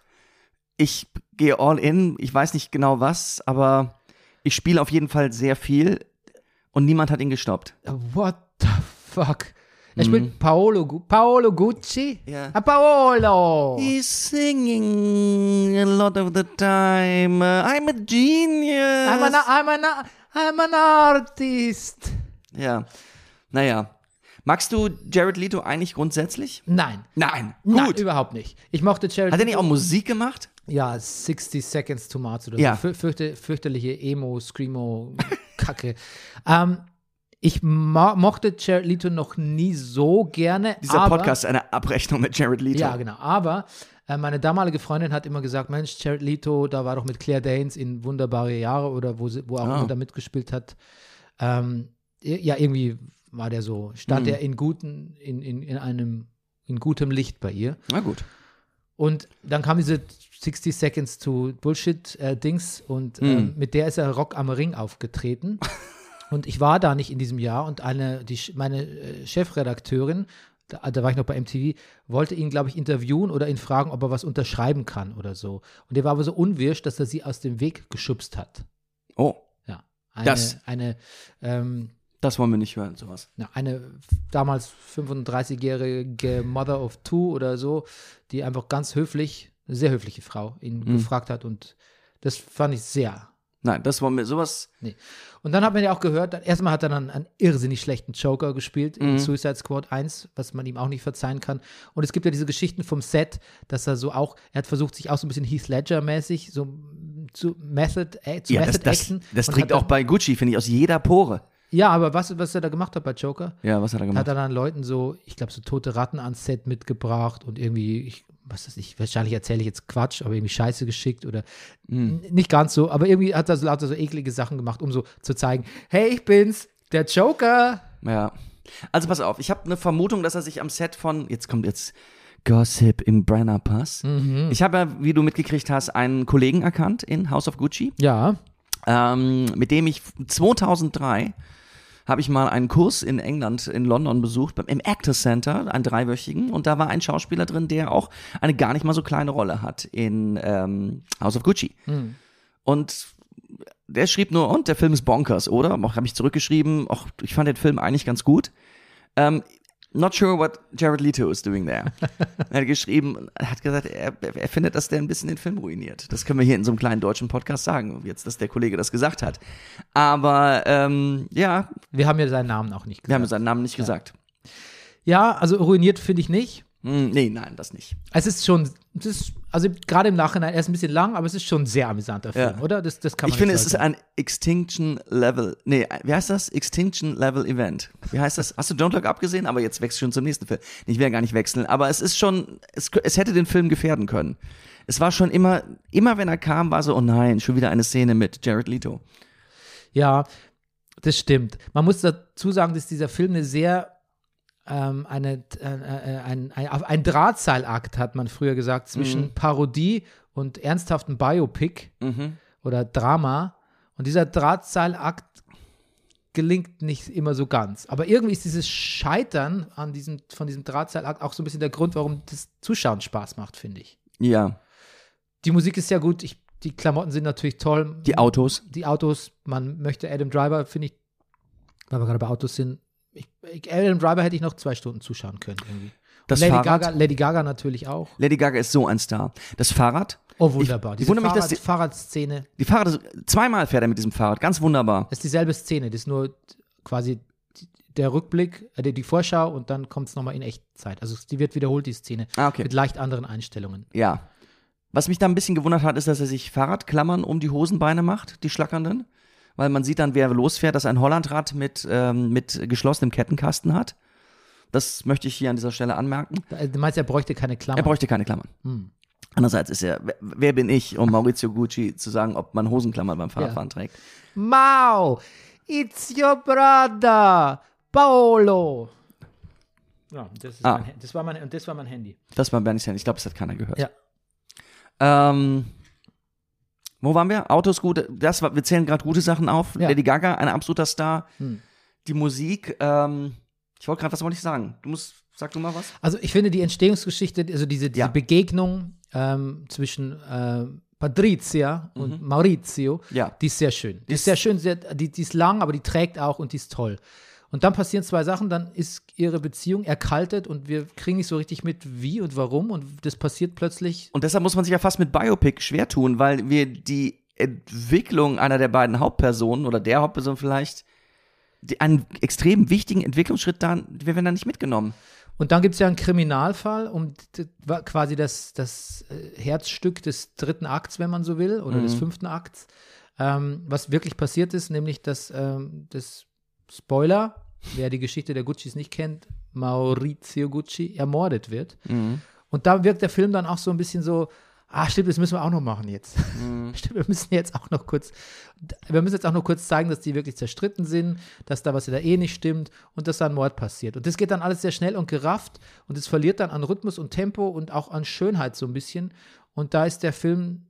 Speaker 2: Ich gehe all in. Ich weiß nicht genau was, aber ich spiele auf jeden Fall sehr viel und niemand hat ihn gestoppt.
Speaker 1: What the fuck? Er spielt Paolo, Gu- Paolo Gucci?
Speaker 2: Mhm. Ja.
Speaker 1: Ah, Paolo!
Speaker 2: He's singing a lot of the time. Uh, I'm a genius.
Speaker 1: I'm an, I'm, an, I'm an artist!
Speaker 2: ja. Naja. Magst du Jared Leto eigentlich grundsätzlich?
Speaker 1: Nein.
Speaker 2: Nein.
Speaker 1: Nein,
Speaker 2: Gut.
Speaker 1: überhaupt nicht. Ich mochte Jared
Speaker 2: Hat er nicht auch Musik gemacht?
Speaker 1: Ja, 60 Seconds to Mars oder
Speaker 2: Ja.
Speaker 1: so. Für, fürchte, fürchterliche Emo, Screamo, Kacke. ähm, ich mo mochte Jared Leto noch nie so gerne.
Speaker 2: Dieser
Speaker 1: aber,
Speaker 2: Podcast ist eine Abrechnung mit Jared Leto.
Speaker 1: Ja, genau. Aber äh, meine damalige Freundin hat immer gesagt: Mensch, Jared Leto, da war doch mit Claire Danes in Wunderbare Jahre oder wo, sie, wo auch
Speaker 2: Ah.
Speaker 1: immer da mitgespielt hat. Ähm, i- ja, irgendwie war der so, stand
Speaker 2: Mhm.
Speaker 1: er in guten, in, in, in einem, in gutem Licht bei ihr.
Speaker 2: Na gut.
Speaker 1: Und dann kam diese 60 Seconds to Bullshit-Dings und ähm, mit der ist er Rock am Ring aufgetreten. und ich war da nicht in diesem Jahr und eine, die, Sch- meine äh, Chefredakteurin, da, da war ich noch bei MTV, wollte ihn, glaube ich, interviewen oder ihn fragen, ob er was unterschreiben kann oder so. Und der war aber so unwirsch, dass er sie aus dem Weg geschubst hat.
Speaker 2: Oh,
Speaker 1: Ja. Eine,
Speaker 2: Das-
Speaker 1: Eine, ähm,
Speaker 2: das wollen wir nicht hören, sowas.
Speaker 1: na, eine damals 35-jährige Mother of Two oder so, die einfach ganz höflich, eine sehr höfliche Frau, ihn
Speaker 2: Mhm.
Speaker 1: gefragt hat und das fand ich sehr.
Speaker 2: Nein, das wollen wir, sowas.
Speaker 1: Nee. Und dann hat man ja auch gehört, dann, erstmal hat er dann einen irrsinnig schlechten Joker gespielt
Speaker 2: Mhm.
Speaker 1: in Suicide Squad 1, was man ihm auch nicht verzeihen kann. Und es gibt ja diese Geschichten vom Set, dass er so auch, er hat versucht, sich auch so ein bisschen Heath Ledger-mäßig so zu Method, äh, zu
Speaker 2: Ja, das,
Speaker 1: Method
Speaker 2: das,
Speaker 1: acten.
Speaker 2: das
Speaker 1: und
Speaker 2: trägt
Speaker 1: hat
Speaker 2: auch
Speaker 1: dann,
Speaker 2: bei Gucci, finde ich, aus jeder Pore.
Speaker 1: Ja, aber was, was er da gemacht hat bei Joker?
Speaker 2: Ja, was hat er gemacht?
Speaker 1: Hat er dann Leuten so, ich glaube, so tote Ratten ans Set mitgebracht und irgendwie, ich, was weiß ich, wahrscheinlich erzähle ich jetzt Quatsch, aber irgendwie Scheiße geschickt oder
Speaker 2: Hm.
Speaker 1: n- nicht ganz so, aber irgendwie hat er so lauter so eklige Sachen gemacht, um so zu zeigen, hey, ich bin's, der Joker.
Speaker 2: ne Ja. Also pass auf, ich habe eine Vermutung, dass er sich am Set von jetzt kommt jetzt Gossip im Brennerpass. Ich habe ja, wie du mitgekriegt hast, einen Kollegen erkannt in House of Gucci,
Speaker 1: Ja.
Speaker 2: ähm, mit dem ich 2003 habe ich mal einen Kurs in England, in London besucht, beim, im Actor Center, einen dreiwöchigen. Und da war ein Schauspieler drin, der auch eine gar nicht mal so kleine Rolle hat in ähm, House of Gucci. Und der schrieb nur, und der Film ist bonkers, oder? Habe ich zurückgeschrieben, ach, ich fand den Film eigentlich ganz gut. Ähm, not sure what Jared Leto is doing there. er hat geschrieben, er hat gesagt, er, er findet, dass der ein bisschen den Film ruiniert. Das können wir hier in so einem kleinen deutschen Podcast sagen, jetzt, dass der Kollege das gesagt hat. Aber ähm, ja,
Speaker 1: Wir haben ja seinen Namen auch nicht
Speaker 2: wir haben
Speaker 1: gesagt.
Speaker 2: seinen Namen nicht gesagt.
Speaker 1: Ja, also ruiniert finde ich nicht.
Speaker 2: Hm, nee, nein, das nicht.
Speaker 1: Es ist schon, es ist, also gerade im Nachhinein, er ist ein bisschen lang, aber es ist schon ein sehr amüsanter Film,
Speaker 2: Ja.
Speaker 1: oder? Das, das kann man
Speaker 2: Ich finde,
Speaker 1: nicht
Speaker 2: es ist ein Extinction Level. Nee, wie heißt das? Extinction Level Event. Wie heißt das? Hast du Don't Look Up gesehen? Aber jetzt wechselst du schon zum nächsten Film. Ich will ja gar nicht wechseln, aber es ist schon, es, es hätte den Film gefährden können. Es war schon immer, immer wenn er kam, war so, oh nein, schon wieder eine Szene mit Jared Leto.
Speaker 1: Ja, das stimmt. Man muss dazu sagen, dass dieser Film eine sehr ähm, eine, äh, äh, ein, ein, ein Drahtseilakt hat man früher gesagt zwischen
Speaker 2: Mhm.
Speaker 1: Parodie und ernsthaftem Biopic oder Drama. Und dieser Drahtseilakt gelingt nicht immer so ganz. Aber irgendwie ist dieses Scheitern an diesem, von diesem Drahtseilakt auch so ein bisschen der Grund, warum das Zuschauen Spaß macht, finde ich.
Speaker 2: Ja.
Speaker 1: Die Musik ist ja gut, ich, die Klamotten sind natürlich toll
Speaker 2: Die Autos.
Speaker 1: die Autos, man möchte Adam Driver, finde ich, weil wir gerade bei Autos sind, ich, ich, Adam Driver hätte ich noch zwei Stunden zuschauen können irgendwie. Und
Speaker 2: Das
Speaker 1: Lady
Speaker 2: Fahrrad.
Speaker 1: Gaga, Lady Gaga natürlich auch.
Speaker 2: Lady Gaga ist so ein Star. Das Fahrrad.
Speaker 1: Oh, wunderbar.
Speaker 2: Ich, ich
Speaker 1: Diese
Speaker 2: wundere mich, dass
Speaker 1: Fahrrad,
Speaker 2: die,
Speaker 1: Fahrradszene
Speaker 2: die Fahrrad, zweimal fährt er mit diesem Fahrrad. Ganz wunderbar.
Speaker 1: das ist dieselbe Szene, das ist nur quasi der Rückblick, äh, die- die Vorschau und dann kommt es nochmal in Echtzeit. Also es- die wird wiederholt, die Szene,
Speaker 2: Ah, okay.
Speaker 1: mit leicht anderen Einstellungen.
Speaker 2: Ja. Was mich da ein bisschen gewundert hat, ist, dass er sich Fahrradklammern um die Hosenbeine macht, die schlackernden. Weil man sieht dann, wer losfährt, dass er ein Hollandrad mit, ähm, mit geschlossenem Kettenkasten hat. Das möchte ich hier an dieser Stelle anmerken.
Speaker 1: Da- äh, Du meinst, er bräuchte keine
Speaker 2: Er
Speaker 1: Klammer.
Speaker 2: bräuchte keine Klammern.
Speaker 1: Hm.
Speaker 2: Andererseits ist er, wer- wer bin ich, um Maurizio Gucci zu sagen, ob man Hosenklammern beim Fahrradfahren trägt?
Speaker 1: Mao, it's your brother, Paolo. Ja, das, ist
Speaker 2: Ah.
Speaker 1: mein, Ha- das, war mein, und das war mein Handy.
Speaker 2: Das war Bernie Sanders. Ich glaube, das hat keiner gehört.
Speaker 1: Ja.
Speaker 2: Ähm, wo waren wir? Autos gut. Das war, wir zählen gerade gute Sachen auf.
Speaker 1: Ja.
Speaker 2: Lady Gaga, ein absoluter Star.
Speaker 1: Hm.
Speaker 2: Die Musik. Ähm, ich wollte gerade, was wollte ich sagen? Du musst, sag du mal was.
Speaker 1: Also ich finde die Entstehungsgeschichte, also diese, diese
Speaker 2: Ja.
Speaker 1: Begegnung ähm, zwischen ähm, Patrizia und Maurizio,
Speaker 2: Ja.
Speaker 1: die ist sehr schön. Die
Speaker 2: Mhm. Ist-
Speaker 1: ist sehr schön, sehr, die, die ist lang, aber die trägt auch und die ist toll. Und dann passieren zwei Sachen, dann ist ihre Beziehung erkaltet und wir kriegen nicht so richtig mit, wie und warum. Und das passiert plötzlich.
Speaker 2: Und deshalb muss man sich ja fast mit Biopic schwer tun, weil wir die Entwicklung einer der beiden Hauptpersonen oder der Hauptperson vielleicht die, einen extrem wichtigen Entwicklungsschritt da, wir werden da nicht mitgenommen.
Speaker 1: Und dann gibt es ja einen Kriminalfall, um d- d- quasi das, das äh, Herzstück des dritten Akts, wenn man so will, oder des fünften Akts, ähm, was wirklich passiert ist, nämlich dass ähm, das Spoiler, wer die Geschichte der Guccis nicht kennt, Maurizio Gucci ermordet wird. Und da wirkt der Film dann auch so ein bisschen so, ah stimmt, das müssen wir auch noch machen jetzt. Stimmt, wir müssen jetzt auch noch kurz, wir müssen jetzt auch noch kurz zeigen, dass die wirklich zerstritten sind, dass da was da eh nicht stimmt und dass da ein Mord passiert. Und das geht dann alles sehr schnell und gerafft und es verliert dann an Rhythmus und Tempo und auch an Schönheit so ein bisschen. Und da ist der Film,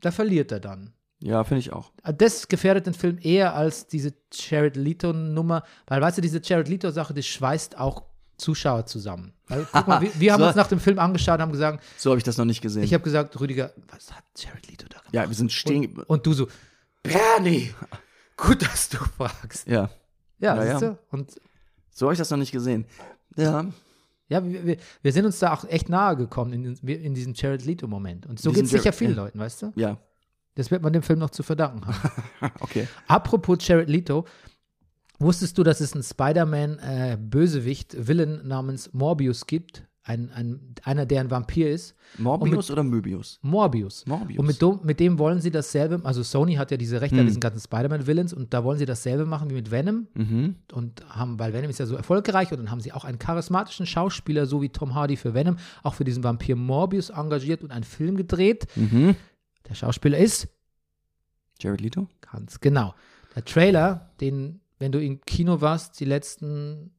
Speaker 1: da verliert er dann.
Speaker 2: Ja, finde ich auch.
Speaker 1: Das gefährdet den Film eher als diese Jared Leto-Nummer, weil, weißt du, diese Jared Leto-Sache, das schweißt auch Zuschauer zusammen. Weil, guck mal, wir, wir haben
Speaker 2: So.
Speaker 1: uns nach dem Film angeschaut und haben gesagt,
Speaker 2: So habe ich das noch nicht gesehen.
Speaker 1: ich habe gesagt, Rüdiger, was hat Jared Leto da gemacht?
Speaker 2: ja, wir sind stehen.
Speaker 1: Und du so, Bernie, gut, dass du fragst.
Speaker 2: Ja.
Speaker 1: Ja,
Speaker 2: Ja,
Speaker 1: siehst
Speaker 2: ja.
Speaker 1: du? Und
Speaker 2: So habe ich das noch nicht gesehen. Ja.
Speaker 1: ja, wir, wir- wir sind uns da auch echt nahe gekommen in, den- in diesem Jared Leto-Moment. Und so geht
Speaker 2: Diesen
Speaker 1: es sicher
Speaker 2: Jared-
Speaker 1: vielen
Speaker 2: ja.
Speaker 1: Leuten, weißt du?
Speaker 2: Ja.
Speaker 1: Das wird man dem Film noch zu verdanken haben.
Speaker 2: Okay.
Speaker 1: Apropos Jared Leto, wusstest du, dass es einen Spider-Man-Bösewicht-Villain namens Morbius gibt? Ein, ein, einer, der ein Vampir ist.
Speaker 2: Morbius oder Möbius?
Speaker 1: Morbius.
Speaker 2: Morbius.
Speaker 1: Und mit, do- mit dem wollen sie dasselbe, also Sony hat ja diese Rechte an diesen ganzen Spider-Man-Villains und da wollen sie dasselbe machen wie mit Venom.
Speaker 2: Mhm,
Speaker 1: Und haben, weil Venom ist ja so erfolgreich und dann haben sie auch einen charismatischen Schauspieler, so wie Tom Hardy für Venom, auch für diesen Vampir Morbius engagiert und einen Film gedreht. Der Schauspieler ist
Speaker 2: mhm. Jared Leto?
Speaker 1: ganz genau. Der Trailer, den, wenn du im Kino warst, die letzten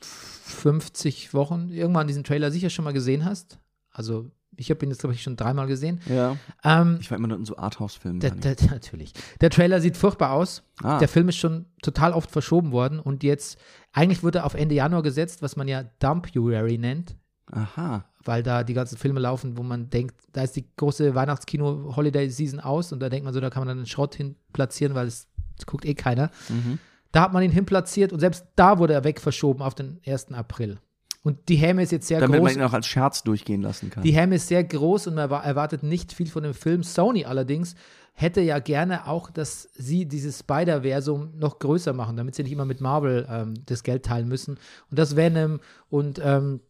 Speaker 1: 50 Wochen irgendwann diesen Trailer sicher schon mal gesehen hast. Also ich habe ihn jetzt, glaube ich, schon dreimal gesehen.
Speaker 2: Ja.
Speaker 1: Ähm,
Speaker 2: Ich war immer nur in so Arthouse-Filmen.
Speaker 1: der,
Speaker 2: gar nicht.
Speaker 1: der, natürlich. Der Trailer sieht furchtbar aus.
Speaker 2: Ah.
Speaker 1: Der Film ist schon total oft verschoben worden und jetzt, eigentlich wurde er auf Ende Januar gesetzt, was man ja Dumpuary nennt,
Speaker 2: Aha.
Speaker 1: weil da die ganzen Filme laufen, wo man denkt, da ist die große Weihnachtskino-Holiday-Season aus und da denkt man so, da kann man dann einen Schrott hin platzieren, weil es es guckt eh keiner.
Speaker 2: Mhm.
Speaker 1: Da hat man ihn hin platziert und selbst da wurde er wegverschoben auf den 1. April. Und die Häme ist jetzt sehr
Speaker 2: Damit man
Speaker 1: groß.
Speaker 2: ihn auch als Scherz durchgehen lassen kann.
Speaker 1: Die Häme ist sehr groß und man erwa- erwartet nicht viel von dem Film. Sony allerdings hätte ja gerne auch, dass sie dieses Spider-Versum noch größer machen, damit sie nicht immer mit Marvel ähm, das Geld teilen müssen. Und das Venom und ähm,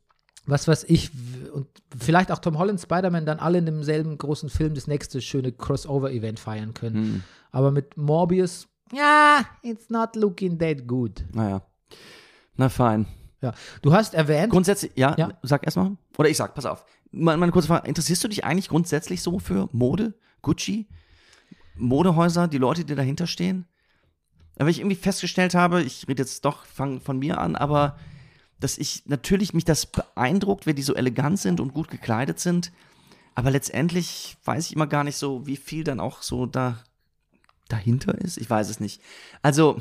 Speaker 1: was weiß ich w- und vielleicht auch Tom Holland, Spider-Man dann alle in demselben großen Film das nächste schöne Crossover-Event feiern können.
Speaker 2: Hm.
Speaker 1: Aber mit Morbius, ja, it's not looking that good.
Speaker 2: Naja. Na fein.
Speaker 1: Ja. Du hast erwähnt,
Speaker 2: Grundsätzlich, ja,
Speaker 1: Ja.
Speaker 2: sag erstmal. Oder ich sag, pass auf. Mal, mal eine kurze Frage. Interessierst du dich eigentlich grundsätzlich so für Mode, Gucci, Modehäuser, die Leute, die dahinter stehen? Weil ich irgendwie festgestellt habe, ich rede jetzt doch fang von mir an, aber dass ich natürlich mich das beeindruckt, wenn die so elegant sind und gut gekleidet sind. Aber letztendlich weiß ich immer gar nicht so, wie viel dann auch so da dahinter ist. Ich weiß es nicht. Also,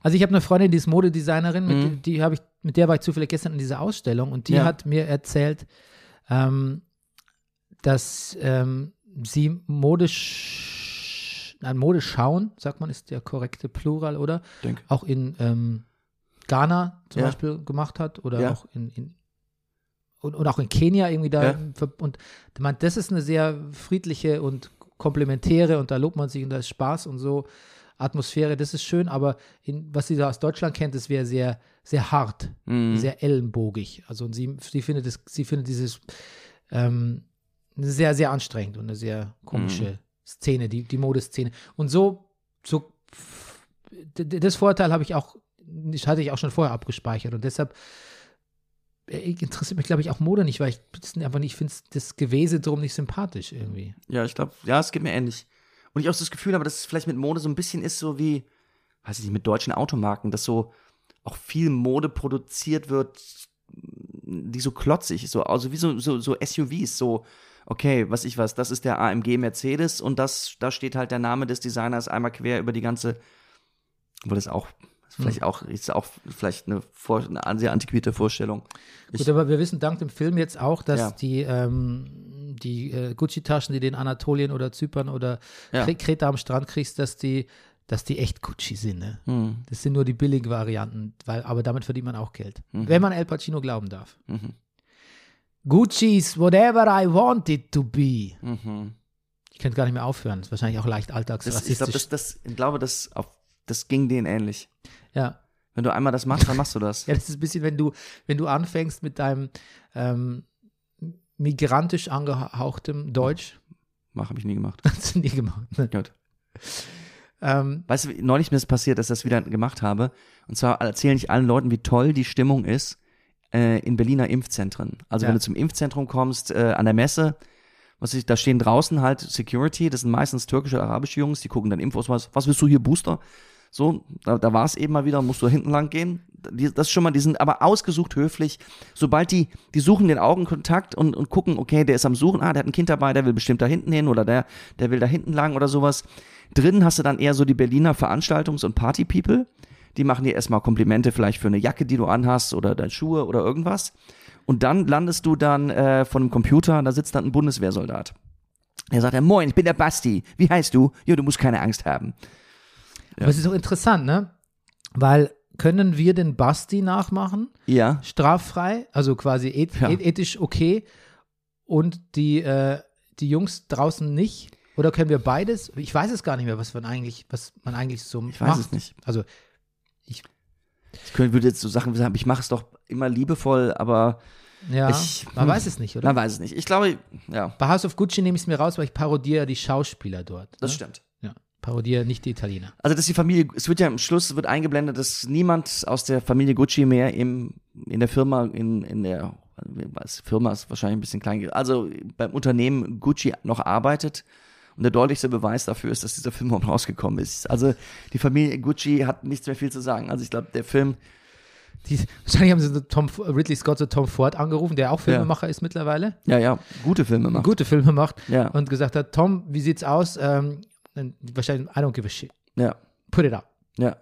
Speaker 1: Also ich habe eine Freundin, die ist Modedesignerin,
Speaker 2: Mhm.
Speaker 1: mit, die hab ich, mit der war ich zufällig gestern in dieser Ausstellung und die
Speaker 2: Ja.
Speaker 1: hat mir erzählt, ähm, dass ähm, sie Modesch nein, Modeschauen, sagt man, ist der korrekte Plural, oder?
Speaker 2: Denk.
Speaker 1: Auch in ähm, Ghana zum
Speaker 2: Ja.
Speaker 1: Beispiel gemacht hat oder
Speaker 2: Ja.
Speaker 1: auch in, in und, und auch in Kenia irgendwie da.
Speaker 2: Ja.
Speaker 1: im Ver- Und man, das ist eine sehr friedliche und komplementäre und da lobt man sich und da ist Spaß und so. Atmosphäre, das ist schön, aber in, was sie da aus Deutschland kennt, das wäre sehr, sehr hart,
Speaker 2: mh,
Speaker 1: sehr ellenbogig. Also und sie, sie findet das, sie findet dieses ähm, sehr, sehr anstrengend und eine sehr komische Szene, die, die Modeszene. Und so, so d- d- das Vorteil habe ich auch, das hatte ich auch schon vorher abgespeichert und deshalb äh, interessiert mich, glaube ich, auch Mode nicht, weil ich das einfach nicht, ich finde das Gewese drum nicht sympathisch irgendwie.
Speaker 2: Ja, ich glaube, ja, es geht mir ähnlich. Und ich auch so das Gefühl habe, dass es vielleicht mit Mode so ein bisschen ist, so wie, weiß ich nicht, mit deutschen Automarken, dass so auch viel Mode produziert wird, die so klotzig ist, so, also wie so, so, so SUVs, so, okay, was ich was, das ist der AMG Mercedes und das, da steht halt der Name des Designers einmal quer über die ganze, obwohl das auch, ist
Speaker 1: Hm.
Speaker 2: vielleicht auch, ist auch vielleicht eine, Vor eine sehr antiquierte Vorstellung. Ich-
Speaker 1: Gut, aber wir wissen dank dem Film jetzt auch, dass
Speaker 2: Ja.
Speaker 1: die, ähm, die äh, Gucci-Taschen, die du in Anatolien oder Zypern oder
Speaker 2: Ja.
Speaker 1: Kre- Kreta am Strand kriegst, dass die, dass die echt Gucci sind. Ne?
Speaker 2: Hm.
Speaker 1: Das sind nur die billigen Varianten, weil, aber damit verdient man auch Geld. Wenn man El Pacino glauben darf.
Speaker 2: Mhm.
Speaker 1: Gucci's whatever I want it to be.
Speaker 2: Mhm.
Speaker 1: Ich könnte gar nicht mehr aufhören. Das ist wahrscheinlich auch leicht
Speaker 2: Das, ich glaube,
Speaker 1: alltagsrassistisch.
Speaker 2: das, das, ich glaube, das, auf, das ging denen ähnlich.
Speaker 1: ja.
Speaker 2: Wenn du einmal das machst, dann machst du das.
Speaker 1: Ja, das ist ein bisschen, wenn du, wenn du anfängst mit deinem ähm, migrantisch angehauchtem Deutsch.
Speaker 2: Mach, habe ich nie gemacht.
Speaker 1: Hast du nie gemacht. Ne?
Speaker 2: Gut.
Speaker 1: Ähm,
Speaker 2: Weißt du, wie- neulich ist mir ist passiert, dass ich das wieder gemacht habe. Und zwar erzähle ich allen Leuten, wie toll die Stimmung ist äh, in Berliner Impfzentren. Also
Speaker 1: Ja.
Speaker 2: wenn du zum Impfzentrum kommst, äh, an der Messe, was ich, da stehen draußen halt Security, das sind meistens türkische, arabische Jungs, die gucken dann Impfausweis, was willst du hier, Booster? So, da, da war es eben mal wieder, musst du hinten lang gehen. Die, das ist schon mal, die sind aber ausgesucht höflich. Sobald die, die suchen den Augenkontakt und, und gucken, okay, der ist am Suchen, ah, der hat ein Kind dabei, der will bestimmt da hinten hin oder der, der will da hinten lang oder sowas. Drinnen hast du dann eher so die Berliner Veranstaltungs- und Party-People. Die machen dir erstmal Komplimente vielleicht für eine Jacke, die du anhast oder deine Schuhe oder irgendwas. Und dann landest du dann äh, vor einem Computer, da sitzt dann ein Bundeswehrsoldat. Der sagt dann, moin, ich bin der Basti. Wie heißt du? Ja, du musst keine Angst haben.
Speaker 1: Aber es ist auch interessant, ne? Weil können wir den Basti nachmachen,
Speaker 2: Ja.
Speaker 1: straffrei, also quasi eth
Speaker 2: Ja.
Speaker 1: eth- ethisch okay, und die, äh, die Jungs draußen nicht? Oder können wir beides? Ich weiß es gar nicht mehr, was man eigentlich, was man eigentlich so
Speaker 2: Ich weiß
Speaker 1: macht.
Speaker 2: es nicht.
Speaker 1: Also
Speaker 2: Ich könnte, würde jetzt so Sachen sagen, ich mache es doch immer liebevoll, aber
Speaker 1: ja,
Speaker 2: Ich-
Speaker 1: man weiß es nicht, oder?
Speaker 2: man weiß es nicht. Ich glaube, ja,
Speaker 1: Bei House of Gucci nehme ich es mir raus, weil ich parodiere die Schauspieler dort.
Speaker 2: das
Speaker 1: ne?
Speaker 2: stimmt.
Speaker 1: Ja, parodiere nicht die Italiener.
Speaker 2: Also, dass die Familie, es wird ja am Schluss wird eingeblendet, dass niemand aus der Familie Gucci mehr im, in der Firma, in, in der was, Firma ist wahrscheinlich ein bisschen klein, also beim Unternehmen Gucci noch arbeitet. Und der deutlichste Beweis dafür ist, dass dieser Film überhaupt rausgekommen ist. Also die Familie Gucci hat nichts mehr viel zu sagen. Also ich glaube, der Film
Speaker 1: Die, wahrscheinlich haben sie so Tom, Ridley Scott so Tom Ford angerufen, der auch
Speaker 2: Ja.
Speaker 1: Filmemacher ist mittlerweile,
Speaker 2: Ja, ja, gute Filme machen.
Speaker 1: gute Filme macht
Speaker 2: Ja.
Speaker 1: und gesagt hat, Tom, wie sieht's aus? Ähm, dann wahrscheinlich, I don't give a shit.
Speaker 2: Ja,
Speaker 1: Put it out.
Speaker 2: ja.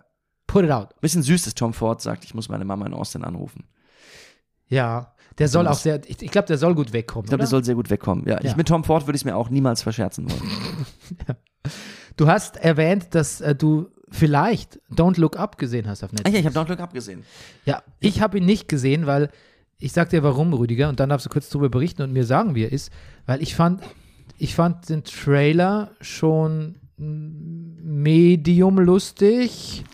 Speaker 1: Put it out.
Speaker 2: Bisschen süß, dass Tom Ford sagt, ich muss meine Mama in Austin anrufen.
Speaker 1: Ja, der soll
Speaker 2: Ja,
Speaker 1: auch
Speaker 2: das-
Speaker 1: sehr, ich, ich glaube, der soll gut wegkommen.
Speaker 2: Ich glaube, der
Speaker 1: oder?
Speaker 2: soll sehr gut wegkommen. Ja,
Speaker 1: Ja.
Speaker 2: Ich, mit Tom Ford würde ich es mir auch niemals verscherzen wollen.
Speaker 1: Du hast erwähnt, dass äh, du vielleicht Don't Look Up gesehen hast auf
Speaker 2: Ach
Speaker 1: Netflix.
Speaker 2: ja, ich habe Don't Look Up gesehen.
Speaker 1: Ja, ich habe ihn nicht gesehen, weil ich sag dir warum, Rüdiger, und dann darfst du kurz drüber berichten und mir sagen, wie er ist, weil ich fand, ich fand den Trailer schon mm, medium lustig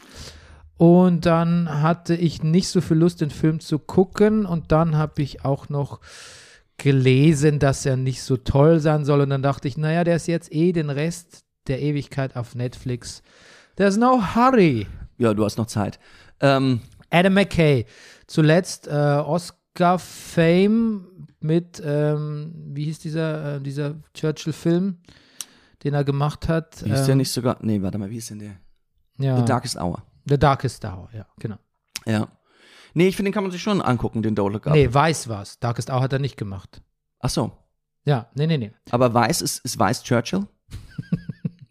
Speaker 1: und dann hatte ich nicht so viel Lust, den Film zu gucken und dann habe ich auch noch gelesen, dass er nicht so toll sein soll und dann dachte ich, naja, der ist jetzt eh den Rest der Ewigkeit auf Netflix. There's no hurry.
Speaker 2: Ja, du hast noch Zeit. Ähm,
Speaker 1: Adam McKay. Zuletzt äh, Oscar Fame mit, ähm, wie hieß dieser, äh, dieser Churchill-Film, den er gemacht hat?
Speaker 2: wie ist
Speaker 1: ähm, Ah.
Speaker 2: der nicht sogar? Nee, warte mal, wie ist denn der?
Speaker 1: Ja,
Speaker 2: The Darkest Hour.
Speaker 1: The Darkest Hour, ja, genau.
Speaker 2: Ja. Nee, ich finde, den kann man sich schon angucken, den Don't Look Up.
Speaker 1: Nee, Weiß war's. Darkest Hour hat er nicht gemacht.
Speaker 2: Ach so.
Speaker 1: Ja, nee, nee, nee.
Speaker 2: Aber weiß ist, ist weiß Churchill?